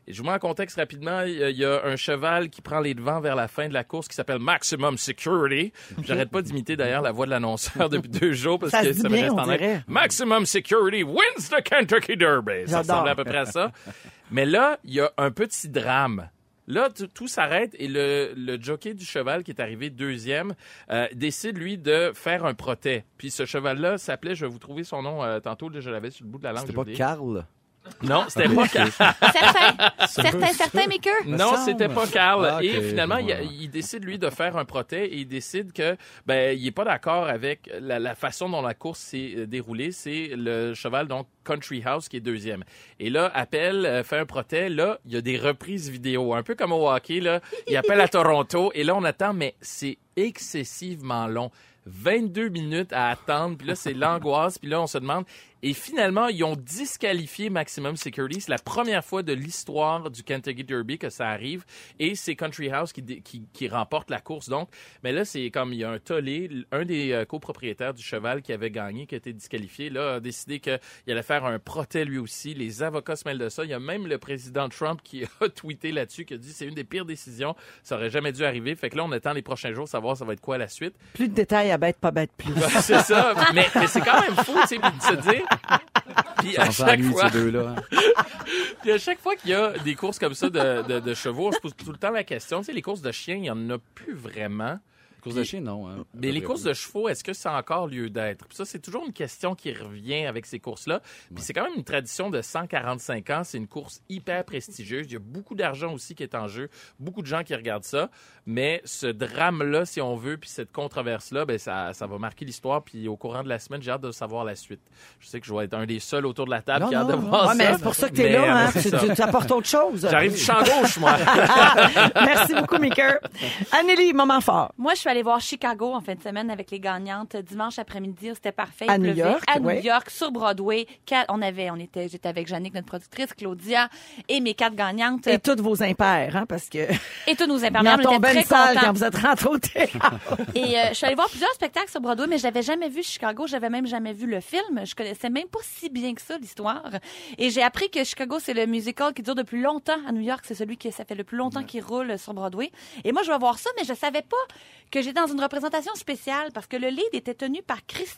Speaker 5: Et Je vous mets en contexte rapidement. Il y a- il y a un cheval qui prend les devants vers la fin de la course qui s'appelle Maximum Security. J'arrête pas d'imiter d'ailleurs la voix de l'annonceur depuis deux jours parce
Speaker 3: Ça
Speaker 5: que
Speaker 3: se dit
Speaker 5: ça me
Speaker 3: bien,
Speaker 5: reste
Speaker 3: on
Speaker 5: en tête.
Speaker 3: dirait.
Speaker 5: Maximum Security wins the Kentucky Derby. Ça
Speaker 3: J'adore.
Speaker 5: ressemble à peu près à ça. Mais là, il y a un petit drame. Là, tout, tout s'arrête et le, le jockey du cheval qui est arrivé deuxième euh, décide, lui, de faire un protet. Puis ce cheval-là s'appelait, je vais vous trouver son nom euh, tantôt, là, je l'avais sur le bout de la langue.
Speaker 6: C'était
Speaker 5: j'ai
Speaker 6: pas
Speaker 5: oublié.
Speaker 6: Carl.
Speaker 5: Non, c'était pas Carl.
Speaker 4: Certain, certain, certain, mais que.
Speaker 6: me
Speaker 5: Non,
Speaker 6: semble.
Speaker 5: c'était pas Carl.
Speaker 6: Ah, ok.
Speaker 5: Et finalement, il,
Speaker 6: Ouais.
Speaker 5: il décide, lui, de faire un protet et il décide que, ben, il est pas d'accord avec la, la façon dont la course s'est euh, déroulée. C'est le cheval, donc, Country House, qui est deuxième. Et là, appelle, euh, fait un protet. Là, il y a des reprises vidéo. Un peu comme au hockey, là. Il appelle à Toronto et là, on attend, mais c'est excessivement long. 22 minutes à attendre, puis là, c'est l'angoisse, puis là, on se demande. Et finalement, ils ont disqualifié Maximum Security. C'est la première fois de l'histoire du Kentucky Derby que ça arrive. Et c'est Country House qui, dé- qui, qui remporte la course, donc. Mais là, c'est comme il y a un tollé. Un des euh, copropriétaires du cheval qui avait gagné, qui a été disqualifié, là, a décidé qu'il allait faire un proté lui aussi. Les avocats se mêlent de ça. Il y a même le président Trump qui a tweeté là-dessus, qui a dit c'est une des pires décisions. Ça aurait jamais dû arriver. Fait que là, on attend les prochains jours, savoir ça va être quoi la suite.
Speaker 3: Plus de détails à bête, pas bête, plus.
Speaker 5: Ouais, c'est ça. Mais, mais c'est quand même fou, tu sais, puis de se dire. Puis à
Speaker 6: On s'en
Speaker 5: chaque
Speaker 6: nuit,
Speaker 5: fois,
Speaker 6: ces deux-là. hein.
Speaker 5: puis à chaque fois qu'il y a des courses comme ça de, de, de chevaux, on se pose tout le temps la question. Tu sais, les courses de chiens, il n'y en a plus vraiment.
Speaker 6: Les courses de chien, non. hein.
Speaker 5: Mais les courses de chevaux, est-ce que ça a encore lieu d'être? Puis ça, c'est toujours une question qui revient avec ces courses-là. Puis c'est quand même une tradition de 145 ans. C'est une course hyper prestigieuse. Il y a beaucoup d'argent aussi qui est en jeu. Beaucoup de gens qui regardent ça. Mais ce drame-là, si on veut, puis cette controverse-là, ben ça, ça va marquer l'histoire. Puis au courant de la semaine, j'ai hâte de savoir la suite. Je sais que je vais être un des seuls autour de la table
Speaker 6: Non,
Speaker 5: qui a hâte de
Speaker 6: non, non.
Speaker 5: voir
Speaker 3: Ouais,
Speaker 5: Ah, ça.
Speaker 3: mais c'est pour ça que t'es
Speaker 5: Mais,
Speaker 3: là,
Speaker 5: euh,
Speaker 3: hein.
Speaker 5: c'est
Speaker 3: Tu,
Speaker 5: ça.
Speaker 3: tu- tu apportes autre chose.
Speaker 5: J'arrive du champ gauche, moi.
Speaker 3: Merci beaucoup, Maker. Anneli, moment fort.
Speaker 4: Moi, je suis allée voir Chicago en fin de semaine avec les gagnantes dimanche après-midi. C'était parfait. Il
Speaker 3: À New
Speaker 4: pleuvait
Speaker 3: York,
Speaker 4: à New
Speaker 3: ouais.
Speaker 4: York, sur Broadway. Quatre- on avait, on était, j'étais avec Jannick, notre productrice, Claudia, et mes quatre gagnantes.
Speaker 3: Et
Speaker 4: Et,
Speaker 3: toutes vos impairs, hein, parce que
Speaker 4: tous nos
Speaker 3: il en
Speaker 4: imperméables étaient
Speaker 3: tombait une
Speaker 4: très
Speaker 3: salle
Speaker 4: contents.
Speaker 3: quand vous êtes rentrés au théâtre.
Speaker 4: Et euh, je suis allée voir plusieurs spectacles sur Broadway, mais je n'avais jamais vu Chicago, j'avais même jamais vu le film. Je connaissais même pas si bien que ça l'histoire. Et j'ai appris que Chicago, c'est le musical qui dure le plus longtemps à New York. C'est celui qui ça fait le plus longtemps qu'il roule sur Broadway. Et moi, je vais voir ça, mais je savais pas que j'étais dans une représentation spéciale parce que le lead était tenu par Christy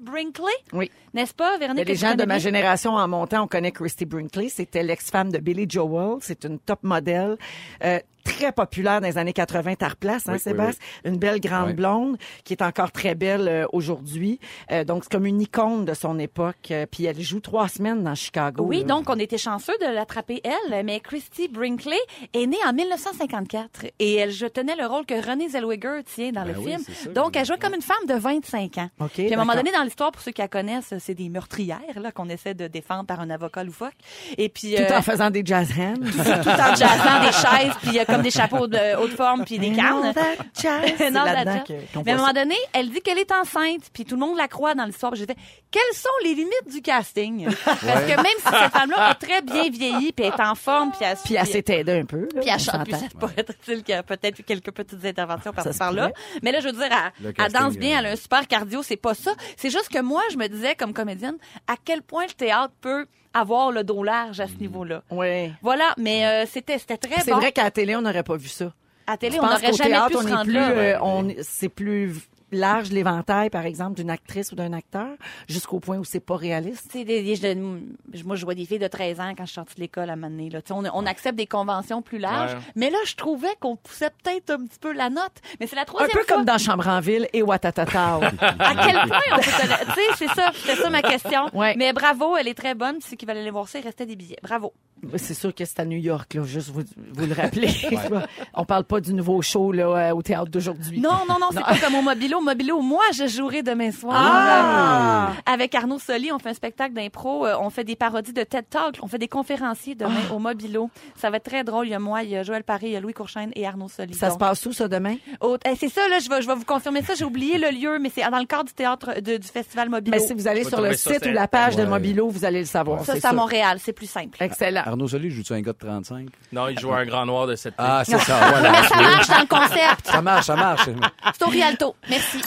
Speaker 4: Brinkley,
Speaker 3: Oui.
Speaker 4: n'est-ce pas,
Speaker 3: Mais
Speaker 4: Véronique?
Speaker 3: les
Speaker 4: que tu
Speaker 3: gens de
Speaker 4: connais
Speaker 3: ma
Speaker 4: bien?
Speaker 3: génération en montant, on connaît Christy Brinkley. C'était l'ex-femme de Billy Joel. C'est une top modèle. euh, très populaire dans les années 80 à replace, hein,
Speaker 6: Oui, oui,
Speaker 3: Sébastien? Une belle grande
Speaker 6: Oui.
Speaker 3: blonde qui est encore très belle euh, aujourd'hui. Euh, donc, c'est comme une icône de son époque. Euh, puis elle joue trois semaines dans Chicago.
Speaker 4: Oui,
Speaker 3: là.
Speaker 4: donc on était chanceux de l'attraper elle, mais Christy Brinkley est née en 1954 et elle je tenais le rôle que Renée Zellweger tient dans le
Speaker 6: Ben oui,
Speaker 4: film.
Speaker 6: c'est ça que
Speaker 4: donc
Speaker 6: je
Speaker 4: elle jouait comme une femme de 25 ans.
Speaker 3: OK,
Speaker 4: Puis à un moment
Speaker 3: d'accord.
Speaker 4: donné dans l'histoire pour ceux qui la connaissent, c'est des meurtrières là qu'on essaie de défendre par un avocat loufoque et puis
Speaker 3: Tout
Speaker 4: euh,
Speaker 3: en faisant des jazz hands.
Speaker 4: tout en jazzant des chaises puis euh, comme des chapeaux de haute forme puis
Speaker 3: Ben
Speaker 4: des cannes.
Speaker 3: C'est
Speaker 4: Non,
Speaker 3: là-dedans
Speaker 4: Nadja.
Speaker 3: que- qu'on
Speaker 4: Mais à un
Speaker 3: voit
Speaker 4: moment
Speaker 3: ça.
Speaker 4: donné, elle dit qu'elle est enceinte, puis tout le monde la croit dans l'histoire. Puis J'ai fait, quelles sont les limites du casting? Parce que même si cette femme-là a très bien vieilli, puis elle est en forme, puis elle,
Speaker 3: Puis elle s'est aidée un peu. là,
Speaker 4: puis elle
Speaker 3: on
Speaker 4: chante, puis
Speaker 3: s'entend.
Speaker 4: ça pourrait être utile qu'il y a peut-être eu quelques petites interventions par
Speaker 3: Ça se
Speaker 4: par là. Mais là, je veux dire, elle,
Speaker 6: Le
Speaker 4: elle
Speaker 6: casting,
Speaker 4: danse bien,
Speaker 6: euh,
Speaker 4: elle a un super cardio, c'est pas ça. C'est juste que moi, je me disais, comme comédienne, à quel point le théâtre peut avoir le dos large à ce niveau-là.
Speaker 3: Oui.
Speaker 4: Voilà, mais euh, c'était c'était très
Speaker 3: Mm. C'est
Speaker 4: bon.
Speaker 3: vrai qu'à la télé, on n'aurait pas vu ça.
Speaker 4: à télé,
Speaker 3: Je
Speaker 4: on
Speaker 3: pense
Speaker 4: n'aurait
Speaker 3: qu'au
Speaker 4: jamais
Speaker 3: théâtre,
Speaker 4: pu
Speaker 3: on
Speaker 4: se
Speaker 3: est
Speaker 4: rendre
Speaker 3: plus,
Speaker 4: là.
Speaker 3: euh, on est- c'est plus large l'éventail, par exemple, d'une actrice ou d'un acteur, jusqu'au point où c'est pas réaliste?
Speaker 4: Tu sais, des- des- je- moi, je vois des filles de 13 ans quand je suis sortie de l'école à un moment donné, là. Tu sais, On, on accepte des conventions plus larges.
Speaker 5: Ouais.
Speaker 4: Mais là, je trouvais qu'on poussait peut-être un petit peu la note. Mais c'est la
Speaker 3: Un
Speaker 4: troisième
Speaker 3: peu
Speaker 4: fois.
Speaker 3: comme dans Chambre en ville et Ouattatata.
Speaker 4: À quel point on peut te... Tu sais, c'est ça, c'était ça ma question.
Speaker 3: Ouais.
Speaker 4: Mais bravo, elle est très bonne. Ceux qui veulent aller voir ça, il restait des billets. Bravo.
Speaker 3: c'est sûr que c'est à New York, là, juste vous, vous le rappelez. On parle pas du nouveau show là, euh, au théâtre d'aujourd'hui.
Speaker 4: Non, non, non, c'est pas comme au Mobilo. Au Mobilo, moi, je jouerai demain soir.
Speaker 3: Ah!
Speaker 4: Avec Arnaud Soli, on fait un spectacle d'impro. euh, On fait des parodies de TED Talk. On fait des conférenciers demain
Speaker 3: Ah!
Speaker 4: au Mobilo. Ça va être très drôle. Il y a moi, il y a Joël Paris, il y a Louis Courchaine et Arnaud Soli.
Speaker 3: Ça se
Speaker 4: Donc,
Speaker 3: passe où, ça, demain?
Speaker 4: au- eh, c'est ça, là, je vais, je vais vous confirmer ça. J'ai oublié le lieu, mais c'est dans le cadre du théâtre de- du Festival Mobilo.
Speaker 3: Mais Ben, si vous allez
Speaker 5: Faut
Speaker 3: sur le
Speaker 5: trouver ça
Speaker 3: site
Speaker 5: sur
Speaker 3: ou la page de
Speaker 6: Internet.
Speaker 3: Mobilo, vous allez le savoir.
Speaker 4: ça,
Speaker 3: c'est
Speaker 4: c'est à
Speaker 3: sûr.
Speaker 4: Montréal. C'est plus simple.
Speaker 3: Excellent.
Speaker 6: Arnaud Soli, joue-tu un gars de 35?
Speaker 5: Non, il joue un grand noir de cette
Speaker 6: Ah, c'est ça, voilà.
Speaker 4: Ça marche dans le concept.
Speaker 6: Ça marche, ça marche.
Speaker 5: Ah
Speaker 4: C'est au Rialto. Merci.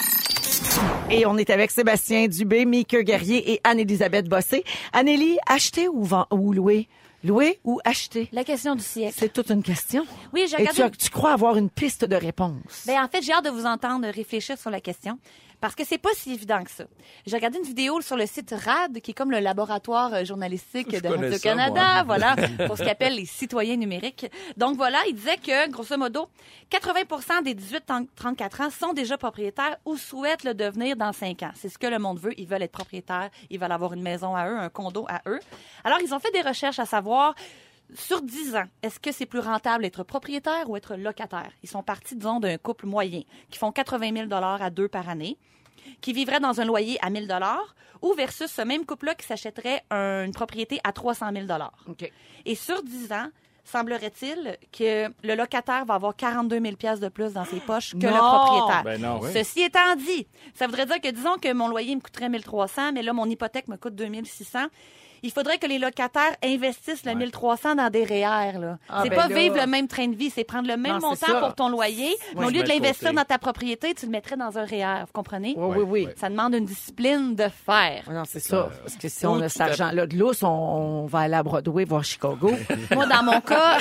Speaker 3: Et on est avec Sébastien Dubé, Mike Guerrier et Anne-Élisabeth Bossé. Annélie, acheter ou, vend- ou louer? Louer ou acheter?
Speaker 4: La question du siècle.
Speaker 3: C'est toute une question.
Speaker 4: Oui, j'ai
Speaker 3: Et tu,
Speaker 4: regardé.
Speaker 3: as- tu crois avoir une piste de réponse.
Speaker 4: Ben, en fait, j'ai hâte de vous entendre réfléchir sur la question parce que c'est pas si évident que ça. J'ai regardé une vidéo sur le site RAD, qui est comme le laboratoire euh, journalistique de
Speaker 6: connais
Speaker 4: Radio-Canada, voilà, pour ce qu'appelle les citoyens numériques. Donc voilà, il disait que, grosso modo, 80 des 18-34 ans sont déjà propriétaires ou souhaitent le devenir dans 5 ans. C'est ce que le monde veut. Ils veulent être propriétaires, ils veulent avoir une maison à eux, un condo à eux. Alors, ils ont fait des recherches à savoir sur 10 ans, est-ce que c'est plus rentable être propriétaire ou être locataire? Ils sont partis, disons, d'un couple moyen qui font 80 000 à deux par année, qui vivrait dans un loyer à 1 000 ou versus ce même couple-là qui s'achèterait un- une propriété à 300 000
Speaker 3: OK.
Speaker 4: Et sur 10 ans, semblerait-il que le locataire va avoir 42 000 de plus dans ses poches que
Speaker 3: Ah! Non!
Speaker 4: le propriétaire.
Speaker 5: Ben non.
Speaker 6: Oui.
Speaker 4: Ceci étant dit, ça voudrait dire que disons que mon loyer me coûterait 1300, mais là mon hypothèque me coûte 2600. Il faudrait que les locataires investissent le 1300 dans des REER. Là.
Speaker 3: Ah,
Speaker 4: c'est
Speaker 3: ben
Speaker 4: pas
Speaker 3: là.
Speaker 4: vivre le même train de vie, c'est prendre le même
Speaker 3: Non, c'est ça.
Speaker 4: montant pour ton loyer, mais
Speaker 5: je
Speaker 4: au lieu
Speaker 5: mets
Speaker 4: de
Speaker 5: de
Speaker 4: l'investir
Speaker 5: côté.
Speaker 4: dans ta propriété, tu le mettrais dans un REER. Vous comprenez?
Speaker 3: Oui, oui, oui.
Speaker 4: Ça demande une discipline de faire.
Speaker 3: Non, c'est ça. Parce que si
Speaker 5: Ou
Speaker 3: on
Speaker 5: tu
Speaker 3: a cet argent-là de lousse, on, on va aller à Broadway voir Chicago.
Speaker 4: Moi, dans mon cas, un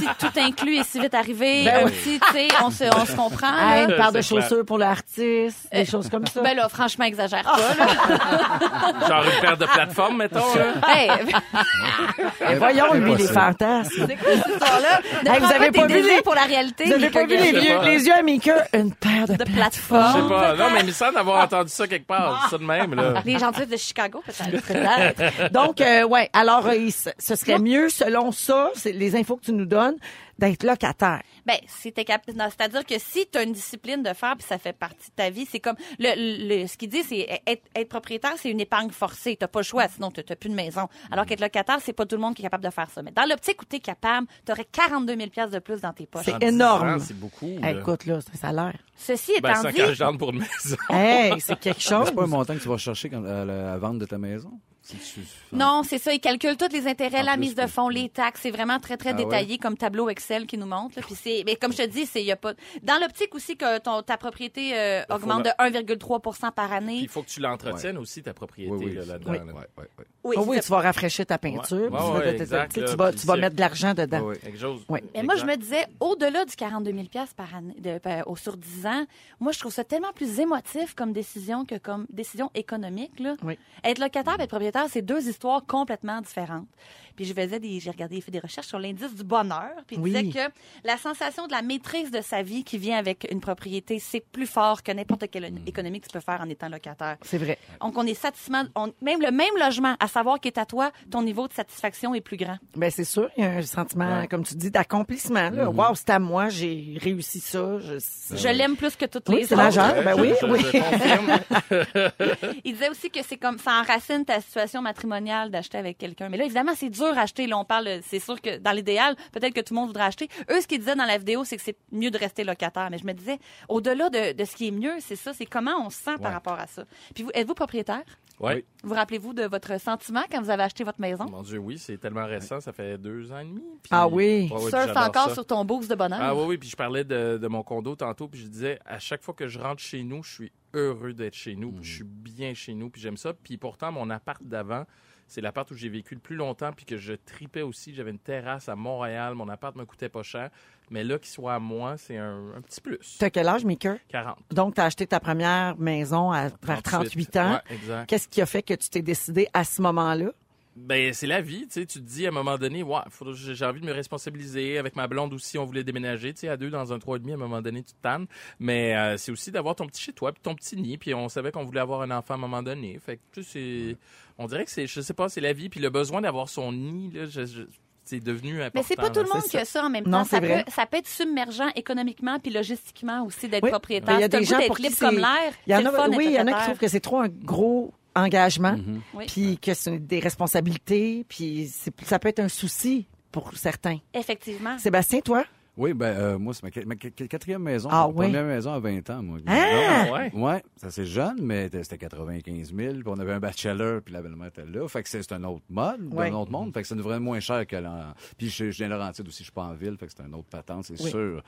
Speaker 4: petit tout inclus et si vite arrivé,
Speaker 3: Ben
Speaker 4: un
Speaker 3: oui.
Speaker 4: petit, tu sais, on se, on se comprend.
Speaker 3: Ah,
Speaker 4: là.
Speaker 3: une paire de
Speaker 5: C'est clair.
Speaker 3: chaussures pour l'artiste, des choses comme ça.
Speaker 4: Ben là, franchement, exagère pas. Là.
Speaker 5: Genre une paire de plateformes, mettons. Là.
Speaker 4: Hey,
Speaker 3: Mais
Speaker 4: Ben,
Speaker 3: voyons, lui, les
Speaker 6: Impossible.
Speaker 3: fantasmes.
Speaker 4: C'est quoi cette histoire-là? Ne
Speaker 3: Hey, vous
Speaker 4: prends
Speaker 3: avez
Speaker 4: tes
Speaker 3: pas vu
Speaker 4: désirs
Speaker 3: les-
Speaker 4: pour la réalité.
Speaker 3: Vous n'avez
Speaker 4: Nick
Speaker 3: pas vu les
Speaker 4: Leguet.
Speaker 3: yeux, les yeux à Mickey? Une paire de,
Speaker 4: De
Speaker 5: Je sais
Speaker 4: plateforme.
Speaker 5: pas. Non, mais il me semble d'avoir entendu ça quelque part. Ça de même, là.
Speaker 4: Les gentils de Chicago, peut-être.
Speaker 3: Peut-être. Donc, euh, ouais. Alors, euh, il s- ce serait mieux, selon ça, c'est les infos que tu nous donnes, d'être locataire.
Speaker 4: Ben, si t'es cap- non, c'est-à-dire que si t'as une discipline de faire puis ça fait partie de ta vie, c'est comme le, le- ce qu'il dit, c'est être, être propriétaire, c'est une épargne forcée. T'as pas le choix, sinon t'as t'as plus de maison. Alors qu'être locataire, c'est pas tout le monde qui est capable de faire ça. Mais dans l'optique où t'es capable, t'aurais 42 000 pièces de plus dans tes poches.
Speaker 3: C'est
Speaker 5: En dix
Speaker 3: énorme.
Speaker 5: ans, C'est beaucoup.
Speaker 3: Hey,
Speaker 5: là.
Speaker 3: écoute, là, c'est un salaire.
Speaker 4: Ceci
Speaker 5: Ben,
Speaker 4: étant
Speaker 5: c'est un
Speaker 4: dit,
Speaker 5: cash down pour une maison.
Speaker 3: Hey, c'est quelque chose.
Speaker 6: C'est pas un montant que tu vas chercher quand, à, la- à vendre de ta maison? Si tu-
Speaker 4: Non, c'est ça. Ils calculent tous les intérêts,
Speaker 6: En
Speaker 4: la
Speaker 6: plus,
Speaker 4: mise de
Speaker 6: oui.
Speaker 4: fonds, les taxes. C'est vraiment très, très
Speaker 6: Ah
Speaker 4: détaillé comme tableau Excel qui nous montre. là. Puis c'est, mais comme je te dis, c'est, y a pas, dans l'optique aussi que ton, ta propriété euh,
Speaker 6: Ben,
Speaker 5: faut
Speaker 4: augmente de 1,3 par année.
Speaker 5: Puis Il faut que tu l'entretiennes aussi, ta propriété,
Speaker 6: Oui, oui,
Speaker 5: là, là-dedans.
Speaker 6: oui,
Speaker 5: là.
Speaker 6: oui, oui, oui.
Speaker 4: Oui,
Speaker 3: Ah oui,
Speaker 4: c'est-
Speaker 3: tu vas rafraîchir ta
Speaker 5: Ouais,
Speaker 3: peinture.
Speaker 5: ouais,
Speaker 3: tu, vas, tu
Speaker 5: exact,
Speaker 3: sais, tu
Speaker 5: là,
Speaker 3: vas-
Speaker 5: puis
Speaker 3: tu vas
Speaker 5: c'est-
Speaker 3: mettre de l'argent dedans.
Speaker 6: Oui, oui.
Speaker 5: Quelque chose.
Speaker 3: Oui.
Speaker 4: Mais moi, je
Speaker 5: Exact.
Speaker 4: me disais, au-delà du 42 000 par année, de- ben, au- sur 10 ans, moi, je trouve ça tellement plus émotif comme décision que comme décision économique. Là.
Speaker 3: Oui.
Speaker 4: Être locataire et être propriétaire, c'est deux histoires complètement différentes. Puis je faisais des, j'ai regardé, j'ai fait des recherches sur l'indice du bonheur. Puis il
Speaker 3: Oui.
Speaker 4: disait que la sensation de la maîtrise de sa vie qui vient avec une propriété, c'est plus fort que n'importe quelle
Speaker 3: Hmm.
Speaker 4: économie que tu peux faire en étant locataire.
Speaker 3: C'est vrai.
Speaker 4: Donc, on est satisfait, on- même le même logement, à savoir qu'il est à toi, ton niveau de satisfaction est plus grand.
Speaker 3: Ben c'est sûr, il y a un sentiment, comme tu dis, d'accomplissement.
Speaker 5: Mm-hmm.
Speaker 3: là. Wow, c'est à moi, j'ai réussi ça. Je...
Speaker 4: Je l'aime plus que toutes
Speaker 3: Ben Oui,
Speaker 4: les
Speaker 3: c'est
Speaker 4: autres.
Speaker 3: majeur. Ben oui,
Speaker 5: Ben Je- je-
Speaker 3: oui.
Speaker 5: je confirme.
Speaker 4: Il disait aussi que c'est comme ça enracine ta situation matrimoniale d'acheter avec quelqu'un. Mais là, évidemment, c'est dur à acheter. Là, on parle, c'est sûr que dans l'idéal, peut-être que tout le monde voudrait acheter. Eux, ce qu'ils disaient dans la vidéo, c'est que c'est mieux de rester locataire. Mais je me disais, au-delà de, de ce qui est mieux, c'est ça, c'est comment on se sent par rapport à ça. Puis vous, êtes-vous propriétaire?
Speaker 5: Ouais.
Speaker 4: Vous rappelez-vous de votre sentiment quand vous avez acheté votre maison?
Speaker 5: Mon Dieu, oui, c'est tellement récent, ça fait deux ans et demi. puis-
Speaker 3: Ah oui.
Speaker 5: Ouais, ouais, puis
Speaker 4: Surf
Speaker 5: j'adore
Speaker 4: encore
Speaker 5: ça.
Speaker 4: sur ton boost de bonheur.
Speaker 5: Ah oui, oui, puis je parlais de, de mon condo tantôt, puis je disais, à chaque fois que je rentre chez
Speaker 3: Mhm.
Speaker 5: nous, je suis heureux d'être chez nous, puis je suis bien chez nous, puis j'aime ça. Puis pourtant, mon appart d'avant, C'est l'appart où j'ai vécu le plus longtemps puis que je tripais aussi. J'avais une terrasse à Montréal. Mon appart me coûtait pas cher. Mais là, qu'il soit à moi, c'est un, un petit plus.
Speaker 3: T'as quel âge, Mika?
Speaker 5: 40.
Speaker 3: Donc, t'as acheté ta première maison à, vers 38 ans.
Speaker 5: Ouais, exact.
Speaker 3: Qu'est-ce qui a fait que tu t'es décidé à ce moment-là?
Speaker 5: Ben, c'est la vie, tu sais. Tu te dis à un moment donné, ouais, faudrait- j'ai j'ai envie de me responsabiliser. Avec ma blonde aussi, on voulait déménager, tu sais, à deux dans un trois et demi, à un moment donné, tu te tannes. Mais euh, c'est aussi d'avoir ton petit chez toi, puis ton petit nid, puis on savait qu'on voulait avoir un enfant à un moment donné. Fait que, tu sais, c'est- on dirait que c'est, je sais pas, c'est la vie, puis le besoin d'avoir son nid, là, je- je- c'est devenu important.
Speaker 4: Mais c'est pas tout le
Speaker 5: là.
Speaker 4: monde qui a ça en même
Speaker 3: Non,
Speaker 4: temps.
Speaker 3: c'est
Speaker 4: Ça peut,
Speaker 3: vrai.
Speaker 4: ça peut être submergent économiquement puis logistiquement aussi d'être
Speaker 3: Oui,
Speaker 4: propriétaire.
Speaker 3: mais il y a
Speaker 4: Si t'as
Speaker 3: des
Speaker 4: le goût
Speaker 3: gens
Speaker 4: d'être
Speaker 3: pour qui
Speaker 4: libre
Speaker 3: c'est-
Speaker 4: comme l'air.
Speaker 3: Il y en
Speaker 4: c'est le fun
Speaker 3: a, oui,
Speaker 4: d'être
Speaker 3: il y en a qui
Speaker 4: propriétaire.
Speaker 3: trouvent que c'est trop un gros engagement,
Speaker 4: Oui.
Speaker 3: puis que c'est des responsabilités, puis c'est- ça peut être un souci pour certains.
Speaker 4: Effectivement.
Speaker 3: Sébastien, toi?
Speaker 6: Oui, ben euh, moi, c'est ma, qu- ma qu- quatrième maison.
Speaker 3: Ah
Speaker 6: Ma
Speaker 3: oui?
Speaker 6: Première maison à 20 ans, moi.
Speaker 3: Ah!
Speaker 5: Ah ouais?
Speaker 6: Ouais, ça c'est jeune, mais t- c'était 95 000. Puis on avait un bachelor, puis la belle-mère était là. Fait que c'est c'est un autre mode,
Speaker 3: Ouais.
Speaker 6: un autre monde. Fait que ça nous vraiment moins cher que l'an. Puis je, je viens de Laurentide aussi, je suis pas en ville. Fait que c'est un autre patente, c'est
Speaker 3: Oui.
Speaker 6: sûr.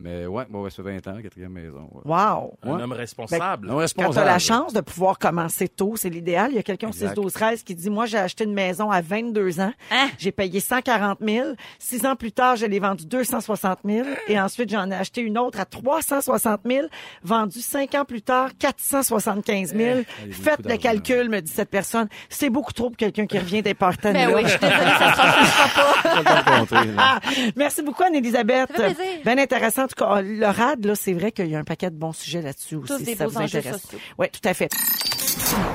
Speaker 6: Mais ouais, ouais, ouais, ça fait 20 ans, quatrième maison. ouais.
Speaker 3: Wow!
Speaker 5: Un
Speaker 6: Ouais.
Speaker 5: homme responsable.
Speaker 6: Non,
Speaker 3: Quand
Speaker 6: responsable.
Speaker 3: tu as la chance de pouvoir commencer tôt, c'est l'idéal. Il y a quelqu'un au
Speaker 6: Exact.
Speaker 3: 6 12 13 qui dit Moi, j'ai acheté une maison à 22 ans.
Speaker 4: Hein?
Speaker 3: J'ai payé 140 000. Six ans plus tard, je l'ai vendue 260 000. Et ensuite, j'en ai acheté une autre à 360 000. Vendue cinq ans plus tard, 475 000.
Speaker 6: beaucoup
Speaker 3: Faites le
Speaker 6: d'argent.
Speaker 3: calcul, me dit cette personne. C'est beaucoup trop pour quelqu'un qui revient des partenaires.
Speaker 4: Ben oui, je suis désolée, ça se transformera pas.
Speaker 6: Pas le compter, là.
Speaker 3: Ah, merci beaucoup, Anne-Elisabeth.
Speaker 4: Ça fait plaisir.
Speaker 3: Bien intéressant. En tout cas, oh, le RAD, là, c'est vrai qu'il y a un paquet de bons sujets là-dessus aussi,
Speaker 4: Tous des
Speaker 3: si ça
Speaker 4: beaux
Speaker 3: vous
Speaker 4: enjeux
Speaker 3: intéresse.
Speaker 4: sociaux.
Speaker 3: Oui, tout à fait.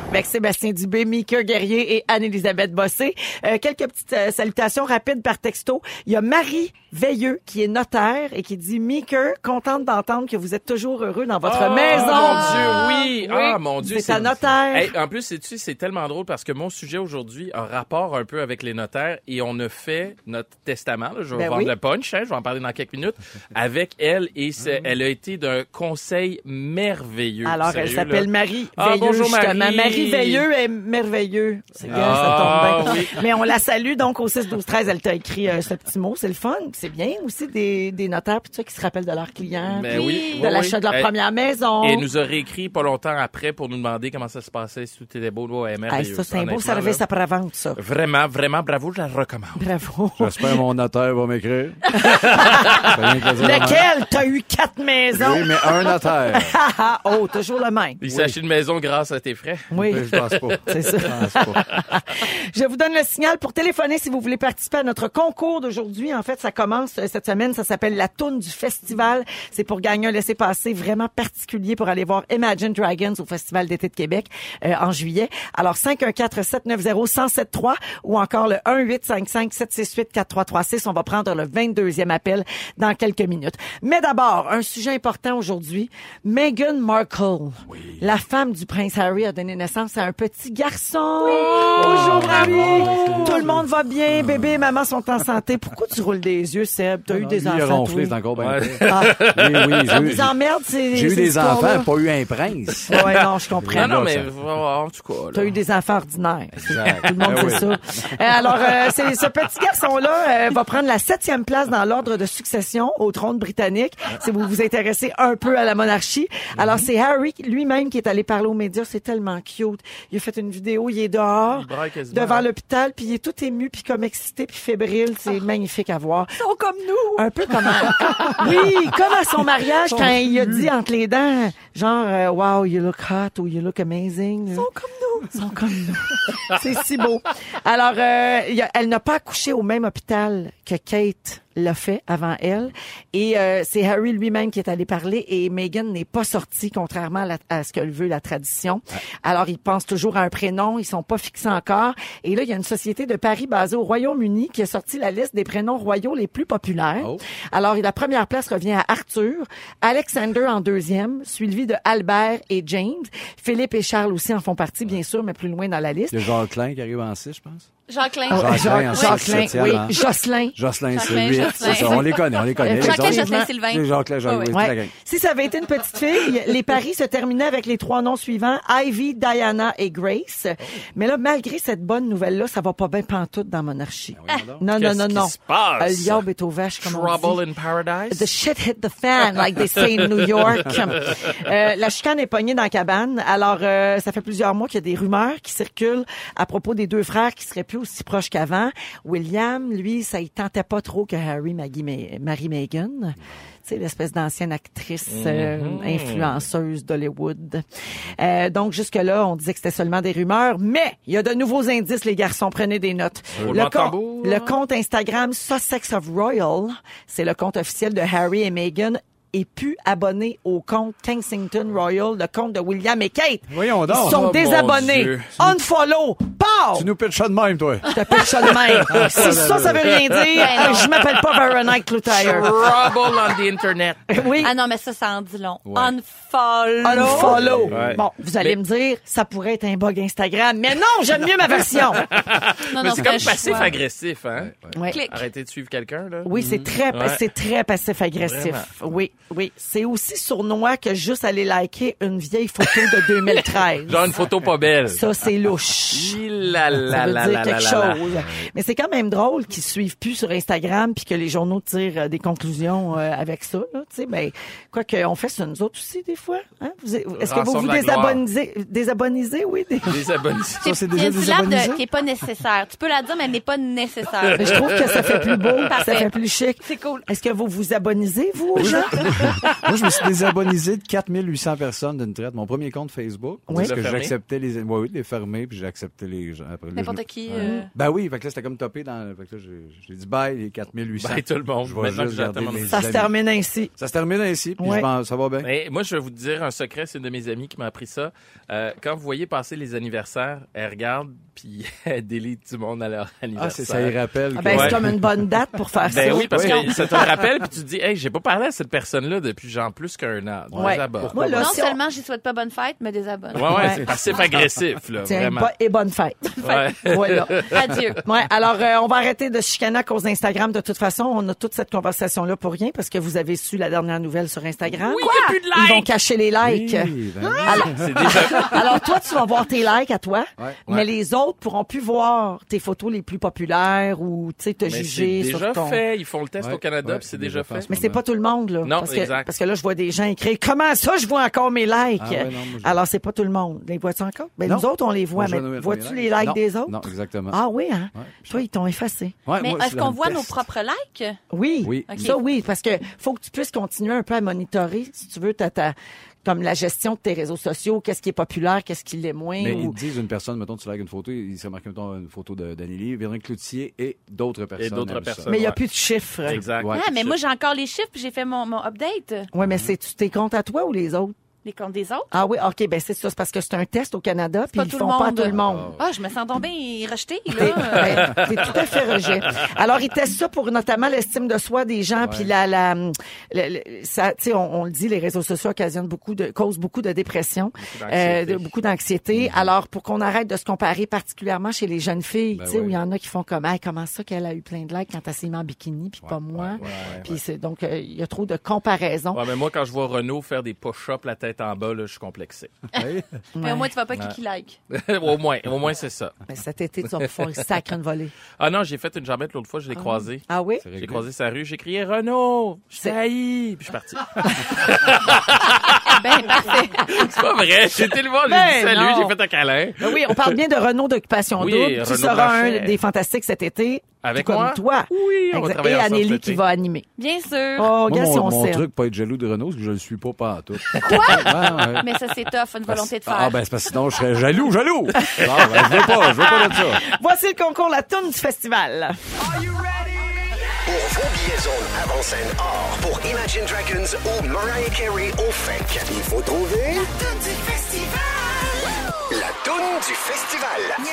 Speaker 3: Avec Sébastien Dubé, Mika Guerrier et Anne-Elisabeth Bossé. Euh, quelques petites euh, salutations rapides par texto. Il y a Marie Veilleux, qui est notaire et qui dit « Mika, contente d'entendre que vous êtes toujours heureux dans votre
Speaker 5: Ah,
Speaker 3: maison. »
Speaker 5: Mon Dieu, oui. Ah, mon Dieu.
Speaker 3: C'est un notaire.
Speaker 5: Hey, en plus, sais-tu, c'est tellement drôle parce que mon sujet aujourd'hui a rapport un peu avec les notaires et on a fait notre testament. là. je vais
Speaker 3: Ben
Speaker 5: vendre
Speaker 3: oui.
Speaker 5: le punch, hein, je vais en parler dans quelques minutes. Avec elle et c'est- elle a été d'un conseil merveilleux.
Speaker 3: Mm. Alors,
Speaker 5: Sérieux,
Speaker 3: elle
Speaker 5: là.
Speaker 3: s'appelle Marie
Speaker 5: Ah,
Speaker 3: Veilleux,
Speaker 5: bonjour,
Speaker 3: justement.
Speaker 5: Marie.
Speaker 3: Veilleux est merveilleux. C'est bien,
Speaker 5: Ah,
Speaker 3: ça tombe bien.
Speaker 5: oui.
Speaker 3: Mais on la salue, donc, au 6, 12, 13, elle t'a écrit euh, ce petit mot. C'est le fun. C'est bien aussi des, des notaires, puis tout ça, qui se rappellent de leurs clients,
Speaker 5: Ben oui,
Speaker 3: de
Speaker 5: oui,
Speaker 3: l'achat
Speaker 5: oui.
Speaker 3: de leur
Speaker 5: Elle-
Speaker 3: première maison.
Speaker 5: Et elle nous a réécrit pas longtemps après pour nous demander comment ça se passait, si tout était beau. Ouais,
Speaker 3: Hey,
Speaker 5: merveilleux.
Speaker 3: ça, c'est un beau
Speaker 5: Honnêtement,
Speaker 3: service
Speaker 5: là.
Speaker 3: après-vente, ça.
Speaker 5: Vraiment, vraiment, bravo, je la recommande.
Speaker 3: Bravo.
Speaker 6: J'espère que mon notaire va m'écrire. Ça vient de le dire,
Speaker 3: Lequel? T'as eu quatre maisons.
Speaker 6: Oui, mais un notaire.
Speaker 3: Ah, ah, oh, toujours le même.
Speaker 5: Il s'est acheté une maison grâce à tes frais.
Speaker 3: Oui.
Speaker 6: Je pense pas.
Speaker 3: C'est ça.
Speaker 5: Ah,
Speaker 6: Je pense pas.
Speaker 3: Je vous donne le signal pour téléphoner si vous voulez participer à notre concours d'aujourd'hui. En fait, ça commence euh, cette semaine. Ça s'appelle la toune du festival. C'est pour gagner un laissez-passer vraiment particulier pour aller voir Imagine Dragons au Festival d'été de Québec euh, en juillet. Alors, 514-790-1073 ou encore le 1-855-768-4336. On va prendre le 22e appel dans quelques minutes. Mais d'abord, un sujet important aujourd'hui. Meghan Markle, la femme du prince Harry, a donné naissance à un petit garçon. Bonjour, Marie. Tout le monde va bien. Bébé et maman sont en santé. Pourquoi tu roules des yeux, Seb? T'as eu
Speaker 6: Non,
Speaker 3: des
Speaker 6: Ah, lui, il a
Speaker 3: enfants.
Speaker 6: ronflé, c'est
Speaker 3: toi?
Speaker 6: encore bien.
Speaker 5: Ouais.
Speaker 6: pire.
Speaker 3: Ah,
Speaker 6: Oui, oui, j'ai eu-
Speaker 3: ils emmerdent, c'est.
Speaker 6: J'ai eu
Speaker 3: ces
Speaker 6: des
Speaker 3: histoires-là.
Speaker 6: enfants, pas eu un prince.
Speaker 3: Ouais, non, je comprends.
Speaker 5: Non, non,
Speaker 6: là,
Speaker 5: mais
Speaker 6: ça-
Speaker 5: oh, en tout cas. là.
Speaker 3: T'as eu des enfants ordinaires. Tout le monde
Speaker 6: Ben
Speaker 3: dit
Speaker 6: oui.
Speaker 3: ça. Euh, alors, euh, c'est- ce petit garçon-là euh, va prendre la septième place dans l'ordre de succession au trône britannique, si vous vous intéressez un peu à la monarchie. Alors, c'est Harry lui-même qui est allé parler aux médias. C'est tellement cute. Il a fait une vidéo, il est dehors,
Speaker 5: Il braille quasiment.
Speaker 3: devant l'hôpital, puis il est tout ému, puis comme excité, puis fébrile. C'est magnifique à voir.
Speaker 4: Ah. Ils sont comme nous.
Speaker 3: Un peu comme à- oui, comme à son mariage quand il a dit entre les dents, genre euh, wow you look hot ou you look amazing. Ils sont comme nous. Ils sont comme nous. C'est si beau. Alors, euh, il y a- elle n'a pas accouché au même hôpital que Kate l'a fait avant elle. Et euh, c'est Harry lui-même qui est allé parler et Meghan n'est pas sortie contrairement à, la- à ce que veut la tradition. Alors, ils pensent toujours à un prénom, ils sont pas fixés encore. Et là, il y a une société de Paris basée au Royaume-Uni qui a sorti la liste des prénoms royaux les plus populaires.
Speaker 6: Oh.
Speaker 3: Alors, la première place revient à Arthur, Alexander en deuxième, suivi de Albert et James. Philippe et Charles aussi en font partie, bien sûr, mais plus loin dans la liste.
Speaker 6: Il y a Jacques Klein qui arrive en 6, je pense.
Speaker 8: Jacqueline.
Speaker 3: Ah,
Speaker 6: Jacqueline,
Speaker 3: Jacques- Jacqueline,
Speaker 6: septième,
Speaker 3: oui,
Speaker 6: hein.
Speaker 3: Jocelyn.
Speaker 6: Jocelyn, c'est
Speaker 8: Jacqueline,
Speaker 6: 8.
Speaker 8: Jocelyn.
Speaker 6: On les connaît, on les connaît.
Speaker 3: Jacqueline,
Speaker 6: les autres.
Speaker 8: Jacqueline, Sylvain.
Speaker 6: C'est Jacqueline,
Speaker 8: Ouais,
Speaker 6: Jacqueline, oui,
Speaker 8: ouais.
Speaker 6: toute
Speaker 3: Ouais.
Speaker 6: la gang.
Speaker 3: Si ça avait été une petite fille, les paris se terminaient avec les trois noms suivants, Ivy, Diana et Grace. Mais là, malgré cette bonne nouvelle-là, ça va pas bien pantoute dans Monarchie. Non, non,
Speaker 5: Qu'est-ce
Speaker 3: non,
Speaker 5: qui
Speaker 3: non.
Speaker 5: se passe?
Speaker 3: Euh, L'iobe est aux vaches, comme on dit.
Speaker 5: Trouble in Paradise.
Speaker 3: The shit hit the fan, like they say in New York. Euh, la chicane est pognée dans la cabane. Alors, euh, ça fait plusieurs mois qu'il y a des rumeurs qui circulent à propos des deux frères qui seraient plus aussi proches qu'avant. William, lui, ça y tentait pas trop que Harry Maggie Ma- Marie Meghan. Tu sais, l'espèce d'ancienne actrice euh,
Speaker 5: Mm-hmm.
Speaker 3: influenceuse d'Hollywood. Euh, donc, jusque-là, on disait que c'était seulement des rumeurs. Mais il y a de nouveaux indices, les garçons. Prenez des notes.
Speaker 5: Roulement de
Speaker 3: com-
Speaker 5: tambour.
Speaker 3: le compte Instagram Sussex of Royal, c'est le compte officiel de Harry et Meghan, est pu abonné au compte Kensington Royal, le compte de William et Kate.
Speaker 6: Voyons
Speaker 3: Ils
Speaker 6: donc.
Speaker 3: sont
Speaker 5: Oh, mon
Speaker 3: désabonnés.
Speaker 5: Dieu.
Speaker 3: Unfollow. Pow!
Speaker 6: Tu nous Ah, pitches ça de même, toi.
Speaker 3: Je te pitche ça de même. Si ça, ça veut rien dire, euh, je m'appelle pas Veronique Cloutier.
Speaker 5: Trouble on the Internet.
Speaker 3: Oui.
Speaker 4: Ah non, mais ça, ça en dit long.
Speaker 6: Ouais.
Speaker 4: Unfollow.
Speaker 3: Unfollow.
Speaker 5: Ouais.
Speaker 3: Bon, vous allez
Speaker 5: Mais-
Speaker 3: me dire, ça pourrait être un bug Instagram. Mais non, j'aime mieux ma version.
Speaker 4: Non,
Speaker 5: Mais
Speaker 4: non,
Speaker 5: c'est comme
Speaker 4: vrai choix.
Speaker 5: passif-agressif, hein?
Speaker 3: Ouais.
Speaker 4: Clic.
Speaker 5: Arrêtez de suivre quelqu'un, là.
Speaker 3: Oui, c'est très,
Speaker 5: Mm. Ouais.
Speaker 3: c'est très passif-agressif. Oui, oui. C'est aussi sournois que juste aller liker une vieille photo de 2013.
Speaker 5: Genre une photo pas belle.
Speaker 3: Ça, c'est louche.
Speaker 5: Hi la
Speaker 3: Ça
Speaker 5: la
Speaker 3: veut
Speaker 5: la
Speaker 3: dire
Speaker 5: la
Speaker 3: quelque
Speaker 5: la la.
Speaker 3: chose. Mais c'est quand même drôle qu'ils suivent plus sur Instagram puis que les journaux tirent euh, des conclusions euh, avec ça. Là, tu sais, ben, quoi que, on fait ça nous autres aussi des fois. Hein? Vous- Est-ce que vous
Speaker 5: Rançon
Speaker 3: vous
Speaker 5: de la gloire.
Speaker 3: désabonnisez, désabonnisez, oui? des-
Speaker 5: Désabonnez.
Speaker 8: C'est
Speaker 6: c'est
Speaker 8: c'est
Speaker 6: déjà
Speaker 8: une syllabe
Speaker 6: désabonnisé?
Speaker 8: de- qui est pas nécessaire. Tu peux la dire, mais elle n'est pas nécessaire.
Speaker 3: Mais je trouve que ça fait plus beau, ça
Speaker 8: Parfait.
Speaker 3: fait plus chic.
Speaker 8: C'est cool.
Speaker 3: Est-ce que vous vous abonnisez, vous, aux gens?
Speaker 6: Moi, je me suis désabonisé de 4800 personnes d'une traite. Mon premier compte Facebook,
Speaker 3: Oui.
Speaker 6: parce
Speaker 5: Tu
Speaker 6: que
Speaker 5: l'as fermé?
Speaker 6: j'acceptais les... Ouais, oui, de les fermer, puis j'acceptais les gens. Après, là, je
Speaker 8: N'importe
Speaker 6: me-
Speaker 8: qui. euh,
Speaker 6: Ben oui, fait que là, c'était comme topé dans... Fait que là, j'ai- j'ai dit bye, les 4800.
Speaker 5: Bye tout le monde.
Speaker 6: Je vais
Speaker 5: Maintenant que
Speaker 6: juste
Speaker 5: j'ai
Speaker 6: garder
Speaker 5: atteint mon-
Speaker 6: mes
Speaker 3: Ça se
Speaker 6: amis.
Speaker 3: termine ainsi.
Speaker 6: Ça se termine ainsi, puis
Speaker 3: Ouais.
Speaker 6: je m'en- ça va bien.
Speaker 5: Mais moi, je vais vous dire un secret. C'est une de mes amies qui m'a appris ça. Euh, quand vous voyez passer les anniversaires, elle regarde puis elle délite du monde à leur
Speaker 6: Ah,
Speaker 5: anniversaire.
Speaker 6: c'est ça, il rappelle.
Speaker 3: Ah
Speaker 6: que-
Speaker 3: ben,
Speaker 5: Ouais.
Speaker 3: c'est comme une bonne date pour faire ça.
Speaker 5: Ben oui, parce
Speaker 6: Oui.
Speaker 5: que ça te le rappelle puis tu dis, hey, j'ai pas parlé à cette personne-là depuis genre plus qu'un an. Donc,
Speaker 3: Ouais.
Speaker 5: j'aborde.
Speaker 3: Moi, là,
Speaker 8: Non
Speaker 3: si on-
Speaker 8: seulement j'y souhaite pas bonne fête, me désabonne.
Speaker 5: Ouais, ouais,
Speaker 3: Ouais.
Speaker 5: c'est passif-agressif, là,
Speaker 3: Tiens,
Speaker 5: vraiment.
Speaker 3: bo- et bonne fête.
Speaker 5: Ouais.
Speaker 3: Voilà.
Speaker 8: Adieu.
Speaker 3: Ouais, alors euh, on va arrêter de se chicaner à cause d'Instagram. De toute façon, on a toute cette conversation là pour rien parce que vous avez su la dernière nouvelle sur Instagram.
Speaker 5: Oui, il y a plus de likes!
Speaker 3: Ils vont cacher les likes.
Speaker 6: Oui, ben oui.
Speaker 3: Alors,
Speaker 5: C'est déjà...
Speaker 3: alors, toi, tu vas voir tes likes à toi,
Speaker 6: Ouais, ouais.
Speaker 3: mais les autres pourront plus voir tes photos les plus populaires ou tu sais te
Speaker 5: Mais
Speaker 3: juger
Speaker 5: c'est
Speaker 3: sur
Speaker 5: déjà
Speaker 3: ton.
Speaker 5: fait. Ils font le test
Speaker 6: Ouais,
Speaker 5: au Canada
Speaker 6: ouais,
Speaker 5: puis c'est déjà fait.
Speaker 3: Mais c'est pas tout le monde là,
Speaker 5: Non,
Speaker 3: parce que
Speaker 5: exact.
Speaker 3: parce que là je vois des gens écrire comment ça je vois encore mes likes.
Speaker 6: Ah ouais, non, moi, je-
Speaker 3: alors c'est pas tout le monde. Les vois-tu encore Ben
Speaker 6: Non.
Speaker 3: nous autres on les voit,
Speaker 6: Moi, je vois
Speaker 3: mais
Speaker 6: mes
Speaker 3: vois-tu les
Speaker 6: premiers
Speaker 3: likes
Speaker 6: Non,
Speaker 3: des autres
Speaker 6: Non, exactement.
Speaker 3: Ah oui hein.
Speaker 6: Ouais,
Speaker 3: Toi ils t'ont effacé.
Speaker 6: Ouais,
Speaker 8: Mais
Speaker 6: moi,
Speaker 8: est-ce
Speaker 6: c'est dans
Speaker 8: qu'on
Speaker 6: le
Speaker 8: voit nos
Speaker 6: test.
Speaker 8: propres likes?
Speaker 3: Oui.
Speaker 6: Oui.
Speaker 8: Ok.
Speaker 3: Ça, oui, parce que faut que tu puisses continuer un peu à monitorer, si tu veux, ta, ta, comme la gestion de tes réseaux sociaux, qu'est-ce qui est populaire, qu'est-ce qui l'est moins.
Speaker 6: Mais ils
Speaker 3: ou-
Speaker 6: disent une personne, mettons, tu likes une photo, il s'est marqué, mettons, une photo de- d'Anneli, Véronique Cloutier et d'autres personnes.
Speaker 5: d'autres
Speaker 6: aiment ça.
Speaker 5: personnes.
Speaker 3: Mais il n'y a
Speaker 5: Ouais.
Speaker 3: plus de chiffres.
Speaker 5: Exact.
Speaker 6: Ouais.
Speaker 8: ah, mais moi, j'ai encore les chiffres puis j'ai fait mon, mon update.
Speaker 3: Oui,
Speaker 6: Mhm.
Speaker 3: mais c'est tu tes comptes à toi ou les autres?
Speaker 8: Les comptes des autres.
Speaker 3: Ah oui, OK, ben c'est ça, c'est parce que c'est un test au Canada, puis
Speaker 8: pas
Speaker 3: ils
Speaker 8: tout
Speaker 3: font
Speaker 8: le
Speaker 3: pas à
Speaker 8: monde.
Speaker 3: tout le monde.
Speaker 8: Ah, je me sens donc bien rejetée,
Speaker 3: T'es
Speaker 8: là.
Speaker 3: ben, t'es tout à fait rejet. Alors, ils testent ça pour notamment l'estime de soi des gens, puis la, la, le- le- ça, tu sais, on, on le dit, les réseaux sociaux occasionnent beaucoup de, causent beaucoup de dépression, euh,
Speaker 5: d'anxiété.
Speaker 3: de- beaucoup d'anxiété. Alors, pour qu'on arrête de se comparer, particulièrement chez les jeunes filles,
Speaker 6: Ben
Speaker 3: tu sais, où
Speaker 6: oui.
Speaker 3: il y en a qui font comme, Hey, comment ça qu'elle a eu plein de likes quand elle s'est mis en bikini, puis pas moi. Puis c'est donc, euh, il y a trop de comparaisons.
Speaker 5: Ouais, mais moi, quand je vois Renaud faire des push-ups la tête en bas, là, je suis complexé.
Speaker 6: Ouais.
Speaker 8: Mais au moins, tu vas pas qui qui like.
Speaker 5: au moins, au moins, c'est ça.
Speaker 3: Mais cet été, tu vas me faire une sacre volée.
Speaker 5: Ah non, j'ai fait une jambette l'autre fois, je l'ai croisé.
Speaker 3: Ah oui?
Speaker 5: J'ai croisé sa rue, j'ai crié Renaud, je t'ai haï, puis je suis parti.
Speaker 8: Ben, parfait.
Speaker 5: c'est pas vrai, j'ai été le voir, j'ai
Speaker 3: Ben
Speaker 5: dit salut,
Speaker 3: non.
Speaker 5: j'ai fait un câlin.
Speaker 3: Ben oui, on parle bien de Renaud d'Occupation
Speaker 5: Oui,
Speaker 3: Double. Tu
Speaker 5: Renaud
Speaker 3: seras
Speaker 5: Brachet.
Speaker 3: un des fantastiques cet été.
Speaker 5: Avec
Speaker 3: tout
Speaker 5: moi?
Speaker 3: comme toi.
Speaker 5: Oui, on va
Speaker 3: Exact.
Speaker 5: travailler
Speaker 3: Et
Speaker 5: ensemble
Speaker 3: Anneli
Speaker 5: cet
Speaker 3: qui
Speaker 5: été.
Speaker 3: va animer.
Speaker 8: Bien sûr.
Speaker 3: Oh,
Speaker 6: Moi,
Speaker 3: gars, si
Speaker 6: mon,
Speaker 3: on
Speaker 6: mon
Speaker 3: sait.
Speaker 6: truc, pas être jaloux de Renaud, c'est que je le suis pas pas tout. Quoi?
Speaker 8: Mais ça, c'est tough, une volonté de faire.
Speaker 6: Ah, ben, c'est parce que sinon, je serais jaloux, jaloux! Non, ben, je veux pas, je veux pas de ça.
Speaker 3: Voici le concours La Toune du Festival.
Speaker 1: Pour vos billets jaunes avant-scène or pour Imagine Dragons ou Mariah Carey au E FEC, il faut trouver la toune du festival. La toune du festival.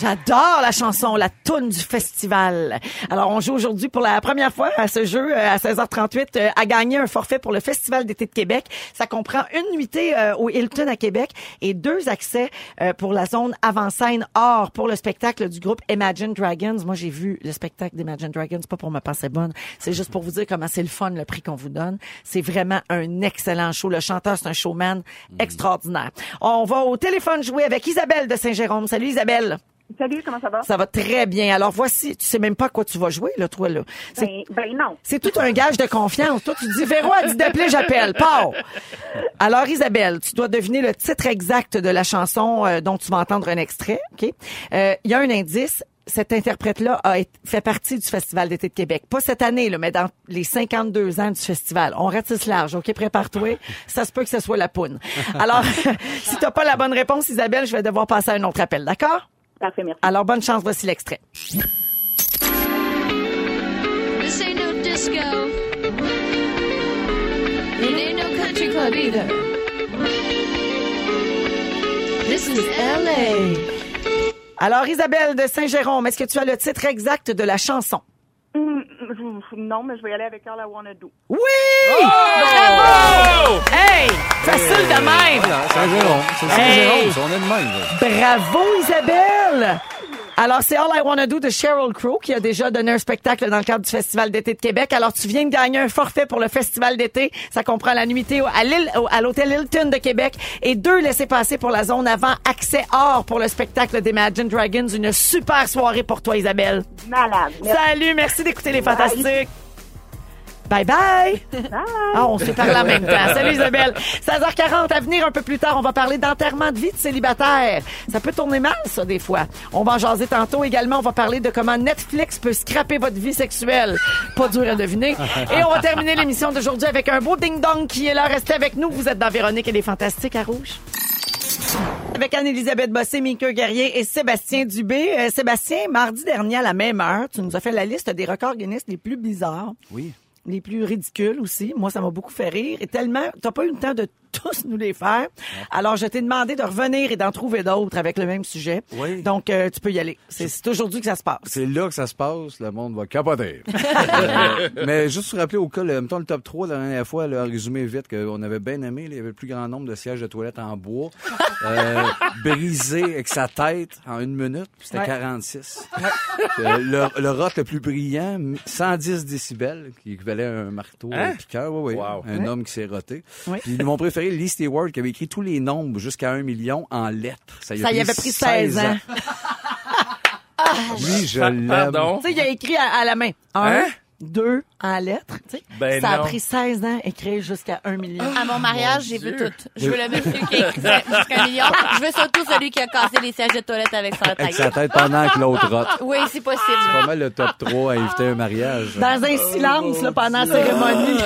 Speaker 3: J'adore la chanson, la toune du festival. Alors, on joue aujourd'hui pour la première fois à ce jeu euh, à 16h38 euh, à gagner un forfait pour le Festival d'été de Québec. Ça comprend une nuitée euh, au Hilton à Québec et deux accès euh, pour la zone avant-scène or pour le spectacle du groupe Imagine Dragons. Moi, j'ai vu le spectacle d'Imagine Dragons, pas pour me passer bonne, c'est juste pour vous dire comment c'est le fun, le prix qu'on vous donne. C'est vraiment un excellent show. Le chanteur, c'est un showman extraordinaire. On va au téléphone jouer avec Isabelle de Saint-Jérôme. Salut Isabelle.
Speaker 9: Salut, comment ça va?
Speaker 3: Ça va très bien. Alors voici, tu sais même pas à quoi tu vas jouer, là, toi, là. C'est,
Speaker 9: Ben, ben non.
Speaker 3: c'est tout un gage de confiance. Toi, tu dis, Véro a dit d'appeler, j'appelle. Pars! Alors, Isabelle, tu dois deviner le titre exact de la chanson euh, dont tu vas entendre un extrait. OK? Euh, Il y a un indice. Cet interprète-là a été- fait partie du Festival d'été de Québec. Pas cette année, là, mais dans les 52 ans du festival. On ratisse large, OK? Prépare-toi. Ça se peut que ce soit la poune. Alors, si t'as pas la bonne réponse, Isabelle, je vais devoir passer à un autre appel, d'accord?
Speaker 9: Parfait, merci.
Speaker 3: Alors, bonne chance, voici l'extrait.
Speaker 10: This ain't no disco. It ain't no country club either. This is LA.
Speaker 3: Alors, Isabelle de Saint-Jérôme, est-ce que tu as le titre exact de la chanson?
Speaker 9: Hum, hum, non, mais je vais y aller avec All I Wanna Do.
Speaker 3: Oui!
Speaker 5: Bravo!
Speaker 3: Hey! Facile de même!
Speaker 6: Voilà, Saint-Jérôme. C'est
Speaker 3: Hey!
Speaker 6: Saint-Jérôme. ça, On est de même. là.
Speaker 3: Bravo, Isabelle! Alors, c'est All I Wanna Do de Sheryl Crow qui a déjà donné un spectacle dans le cadre du Festival d'été de Québec. Alors, tu viens de gagner un forfait pour le Festival d'été. Ça comprend la nuitée au- à l'île- au- à l'hôtel Hilton de Québec et deux laissés-passer pour la zone avant accès or pour le spectacle d'Imagine Dragons. Une super soirée pour toi, Isabelle.
Speaker 9: Malade. Merci.
Speaker 3: Salut, merci d'écouter les fantastiques. Bye bye. Ah, on s'est parlé en même temps. Salut Isabelle. 16h40 à venir un peu plus tard, on va parler d'enterrement de vie de célibataire. Ça peut tourner mal ça des fois. On va en jaser tantôt également, on va parler de comment Netflix peut scraper votre vie sexuelle. Pas dur à deviner. Et on va terminer l'émission d'aujourd'hui avec un beau ding dong qui est là, restez avec nous. Vous êtes dans Véronique et les fantastiques à rouge. Avec Anne-Elisabeth Bossé, Mickey Guerrier et Sébastien Dubé. Euh, Sébastien, mardi dernier, à la même heure, tu nous as fait la liste des records Guinness les plus bizarres.
Speaker 6: Oui.
Speaker 3: Les plus ridicules aussi. Moi, ça m'a beaucoup fait rire. Et tellement, t'as pas eu le temps de tous nous les faire. Alors, je t'ai demandé de revenir et d'en trouver d'autres avec le même sujet.
Speaker 6: Oui.
Speaker 3: Donc, euh, tu peux y aller. C'est c'est aujourd'hui que ça se passe.
Speaker 6: C'est là que ça se passe, le monde va capoter. Euh, mais juste pour rappeler au cas, le, mettons, le top 3 de la dernière fois, là, en résumé vite, qu'on avait bien aimé, là, il y avait le plus grand nombre de sièges de toilettes en bois, euh, brisé avec sa tête en une minute, puis c'était
Speaker 3: Ouais.
Speaker 6: 46. Euh, le, le rock le plus brillant, 110 décibels, qui équivalait à un marteau euh, piquant, ouais, ouais,
Speaker 5: Hein? Wow.
Speaker 6: un homme qui s'est roté.
Speaker 3: Ouais.
Speaker 6: Puis mon préféré, Lee Stewart, qui avait écrit tous les nombres jusqu'à 1 million en lettres. Ça,
Speaker 3: Ça y avait pris 16 ans.
Speaker 6: Oui, je
Speaker 5: Pa-
Speaker 6: l'aime.
Speaker 5: Ah, Pardon.
Speaker 3: Tu sais, il a écrit à, à la main. Un,
Speaker 5: Hein?
Speaker 3: deux, en lettres. tu sais.
Speaker 5: Ben
Speaker 3: ça
Speaker 5: non.
Speaker 3: a pris 16 ans écrire jusqu'à 1 million.
Speaker 8: À mon mariage, j'ai vu
Speaker 5: Dieu.
Speaker 8: tout. Je veux le monsieur qui a écrit ça jusqu'à un million. Je veux surtout celui qui a cassé les sièges de toilette avec sa
Speaker 6: Avec sa
Speaker 8: tête.
Speaker 6: tête pendant que l'autre rote.
Speaker 8: Oui, c'est
Speaker 6: C'est
Speaker 8: possible.
Speaker 6: pas mal le top 3 à éviter un mariage.
Speaker 5: Ah.
Speaker 3: Dans un silence, là, pendant la cérémonie.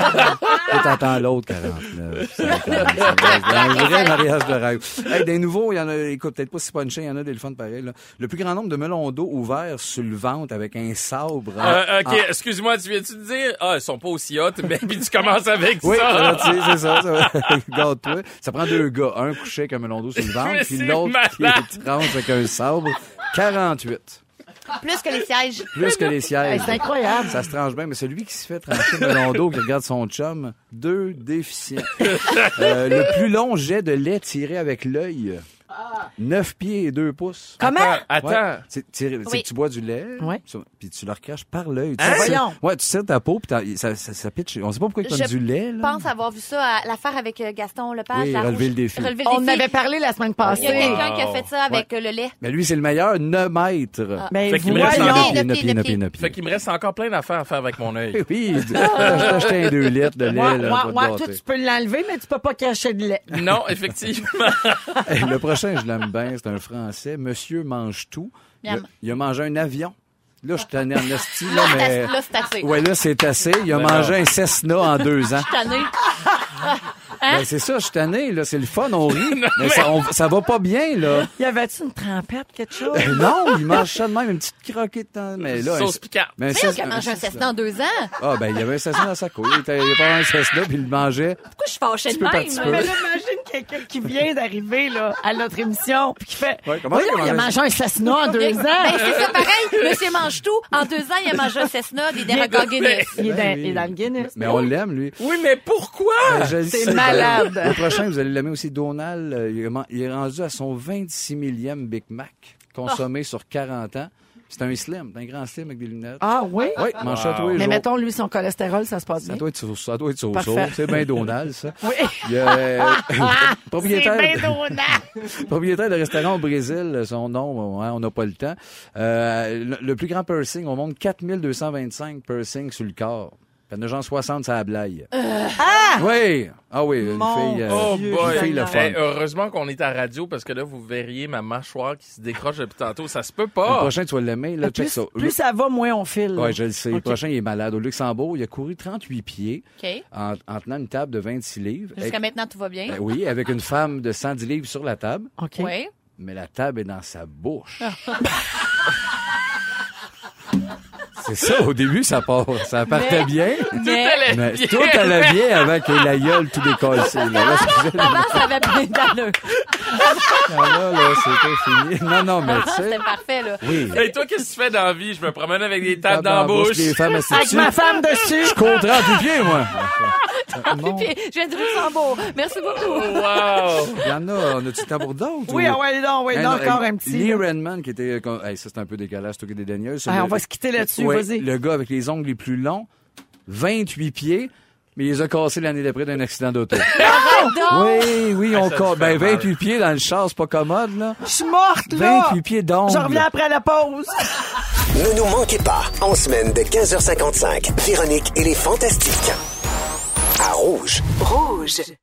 Speaker 6: Et t'entends l'autre 49. 50, 50. un vrai mariage de rêve. Hey, des nouveaux, il y en a, écoute, peut-être pas si punché, il y en a des le fun pareil. là. Le plus grand nombre de melons d'eau ouverts sur le ventre avec un sabre. en-
Speaker 5: Euh,
Speaker 6: en-
Speaker 5: ok, excuse-moi, tu viens-tu de dire, ah, ils sont pas aussi hot, mais puis tu commences avec
Speaker 6: Oui,
Speaker 5: ça.
Speaker 6: ça, tu sais, c'est ça. ça Garde-toi. Ça prend deux gars. Un couché avec un melon d'eau sur le ventre,
Speaker 5: Mais
Speaker 6: puis
Speaker 5: c'est
Speaker 6: l'autre qui
Speaker 5: malade.
Speaker 6: est tranche avec un sabre. 48.
Speaker 8: Plus que les sièges.
Speaker 6: Plus que les sièges.
Speaker 3: Hey, C'est incroyable.
Speaker 6: Ah, Ça se tranche bien, mais celui qui se fait trancher le long d'eau, qui regarde son chum, deux déficients. Euh, le plus long jet de lait tiré avec l'œil, neuf pieds et deux pouces.
Speaker 3: Comment?
Speaker 5: Attends.
Speaker 6: Ouais. C'est tiré- c'est
Speaker 8: Oui.
Speaker 6: que tu bois du lait,
Speaker 3: Ouais.
Speaker 6: ça- puis tu le recaches par l'œil.
Speaker 3: Hein?
Speaker 6: Tu sais-
Speaker 3: Voyons.
Speaker 6: Ouais, tu serres ta peau, puis t'en- ça, ça, ça pitche. On sait pas pourquoi ils
Speaker 8: Je
Speaker 6: donnent du lait.
Speaker 8: Je
Speaker 6: Là.
Speaker 8: pense avoir vu ça à l'affaire avec euh, Gaston Lepage.
Speaker 6: Oui,
Speaker 8: la
Speaker 6: relever
Speaker 8: rouge-
Speaker 6: le défi.
Speaker 8: Relever le
Speaker 3: On
Speaker 8: défi.
Speaker 3: avait parlé la semaine
Speaker 8: Il y a
Speaker 3: passée.
Speaker 8: quelqu'un qui a fait ça avec euh, le lait.
Speaker 6: Mais lui, c'est le meilleur, 9 mètres.
Speaker 3: Mais
Speaker 5: Fait qu'il me reste
Speaker 3: Ben, voyons.
Speaker 8: en
Speaker 6: neuf
Speaker 8: pied, neuf
Speaker 6: pieds, neuf
Speaker 8: pieds, neuf
Speaker 6: pieds, neuf pieds, neuf pieds.
Speaker 5: Fait qu'il me reste encore plein d'affaires à faire avec mon œil.
Speaker 6: Oui, je t'ai acheté un 2 litres de lait.
Speaker 3: Moi,
Speaker 6: là,
Speaker 3: moi,
Speaker 6: pas de
Speaker 3: moi,
Speaker 6: gâter.
Speaker 3: toi, tu peux l'enlever, mais tu peux pas cacher de lait.
Speaker 5: Non, effectivement.
Speaker 6: Hey, le prochain, je l'aime bien, c'est un Français. Monsieur mange tout.
Speaker 8: Miam. Ah,
Speaker 6: Le- il a mangé un avion. Là, je suis tanné en esti, là, mais...
Speaker 8: Là, c'est assez.
Speaker 6: Ouais, là, c'est assez. Il a
Speaker 5: Ben
Speaker 6: mangé
Speaker 5: non.
Speaker 6: un Cessna en deux ans.
Speaker 8: Tanné. Hein?
Speaker 6: Ben, c'est ça, je suis tanné, là. C'est le fun, on rit. mais, Ça, on- ça va pas bien, là.
Speaker 3: Y avait-tu une trempette, quelque chose?
Speaker 6: Ben non, il mange ça de même, une petite croquette. Dans... Mais là,
Speaker 5: Sauce
Speaker 6: un-
Speaker 5: piquante.
Speaker 6: Mais un
Speaker 8: Mais on
Speaker 6: Cessna-
Speaker 8: a mangé un Cessna en deux ans.
Speaker 6: Ah, ben, il y avait un Cessna dans sa couille. Il était- il a pas un Cessna, puis il le mangeait.
Speaker 8: Pourquoi je suis fâchée de
Speaker 6: peux
Speaker 8: même?
Speaker 6: partir.
Speaker 8: là?
Speaker 3: J'imagine qu'il quelqu'un qui vient d'arriver là, à notre émission puis qui fait
Speaker 6: Ouais, comment
Speaker 3: Voyons,
Speaker 6: ça,
Speaker 3: il a
Speaker 6: comment
Speaker 3: mangé un Cessna en deux ans.
Speaker 8: Ben, c'est ça, pareil. Monsieur mange tout. En deux ans, il a mangé un Cessna, des Deragog Guinness.
Speaker 3: il, est
Speaker 6: Ben
Speaker 3: dans,
Speaker 6: oui.
Speaker 3: il est dans le Guinness.
Speaker 6: Mais on l'aime, lui.
Speaker 5: Oui, mais pourquoi?
Speaker 3: Ah, C'est malade.
Speaker 6: Le prochain, vous allez l'aimer aussi, Donald. euh, Il est man- il est rendu à son 26 millième Big Mac,
Speaker 3: Ah.
Speaker 6: consommé sur 40 ans. C'est un slim, c'est un grand slim avec des lunettes.
Speaker 3: Ah oui?
Speaker 6: Oui, mange ça tous les
Speaker 3: Mais
Speaker 6: jours.
Speaker 3: mettons, lui, son cholestérol, ça se passe
Speaker 6: Ça
Speaker 3: bien.
Speaker 6: doit être sur- ça doit être sur
Speaker 3: Parfait.
Speaker 6: saut. C'est bien Donald, ça.
Speaker 3: Oui.
Speaker 6: Il y a-
Speaker 3: C'est bien
Speaker 6: propriétaire,
Speaker 3: drôle.
Speaker 6: propriétaire de restaurant au Brésil, son nom, hein, on n'a pas le temps. Euh, le, le plus grand piercing au monde, 4225 piercings sur le corps. Il y en a genre 60, ça ablaye. ah! Oui! Ah oui, une
Speaker 3: Mon
Speaker 6: fille, euh,
Speaker 5: Oh
Speaker 6: une
Speaker 5: boy!
Speaker 6: fille le fun.
Speaker 5: Eh, heureusement qu'on est à radio parce que là, vous verriez ma mâchoire qui se décroche depuis tantôt. Ça se peut
Speaker 6: Le
Speaker 5: pas!
Speaker 6: prochain, tu vas l'aimer, là, check
Speaker 3: Euh, Plus,
Speaker 6: ça.
Speaker 3: plus ça va, moins on file.
Speaker 6: Oui, je le sais. Le
Speaker 3: Ok.
Speaker 6: prochain, il est malade. Au Luxembourg, il a couru 38 pieds
Speaker 8: OK.
Speaker 6: en, en tenant une table de 26 livres.
Speaker 8: Jusqu'à
Speaker 6: Avec-
Speaker 8: maintenant, tout va bien.
Speaker 6: Ben oui, avec une femme de 110 livres sur la table.
Speaker 3: OK.
Speaker 8: Oui.
Speaker 6: mais la table est dans sa bouche. C'est ça, au début, ça part, ça partait bien.
Speaker 5: allait
Speaker 6: Mais
Speaker 5: bien.
Speaker 6: tout allait bien avant que la gueule tout décolle. Là, là, excusez, là,
Speaker 8: Avant, ça avait plein d'allure.
Speaker 6: là, là, c'était fini. Non, non, mais tu sais.
Speaker 8: Ah, C'était parfait, là.
Speaker 6: Oui.
Speaker 5: Et toi, qu'est-ce que tu fais dans la vie? Je me promène avec des tables
Speaker 6: Table
Speaker 5: dans la bouche.
Speaker 6: Les femmes assises
Speaker 3: Avec
Speaker 6: dessus.
Speaker 3: ma femme dessus.
Speaker 6: Je contrats du pied, moi. Non.
Speaker 8: Puis, je viens du Luxembourg. Merci beaucoup.
Speaker 5: Wow!
Speaker 6: Il y en a, on a du temps pour d'autres?
Speaker 3: Oui,
Speaker 6: ou-
Speaker 3: ah ouais, non, ouais,
Speaker 6: Hey,
Speaker 3: non,
Speaker 6: non,
Speaker 3: encore
Speaker 6: hey,
Speaker 3: un petit.
Speaker 6: Lee
Speaker 3: là.
Speaker 6: Redman, qui était. euh, hey, ça, c'est un peu décalage, toi qui es dédaigneuse.
Speaker 3: Ah,
Speaker 6: Le-
Speaker 3: on va se quitter là-dessus,
Speaker 6: Ouais,
Speaker 3: vas-y.
Speaker 6: Le gars avec les ongles les plus longs, 28 pieds, mais il les a cassés l'année d'après d'un accident d'auto. oui, oui, on
Speaker 5: Ah, ça
Speaker 6: casse.
Speaker 5: te fait
Speaker 6: Ben,
Speaker 5: mal.
Speaker 6: 28 pieds dans le char, c'est pas commode, là.
Speaker 3: Je suis morte, là.
Speaker 6: 28 pieds d'ongles.
Speaker 3: Je reviens après la pause.
Speaker 1: Ne nous manquez pas, en semaine de 15h55, Véronique et les Fantastiques. À Rouge.
Speaker 11: Rouge.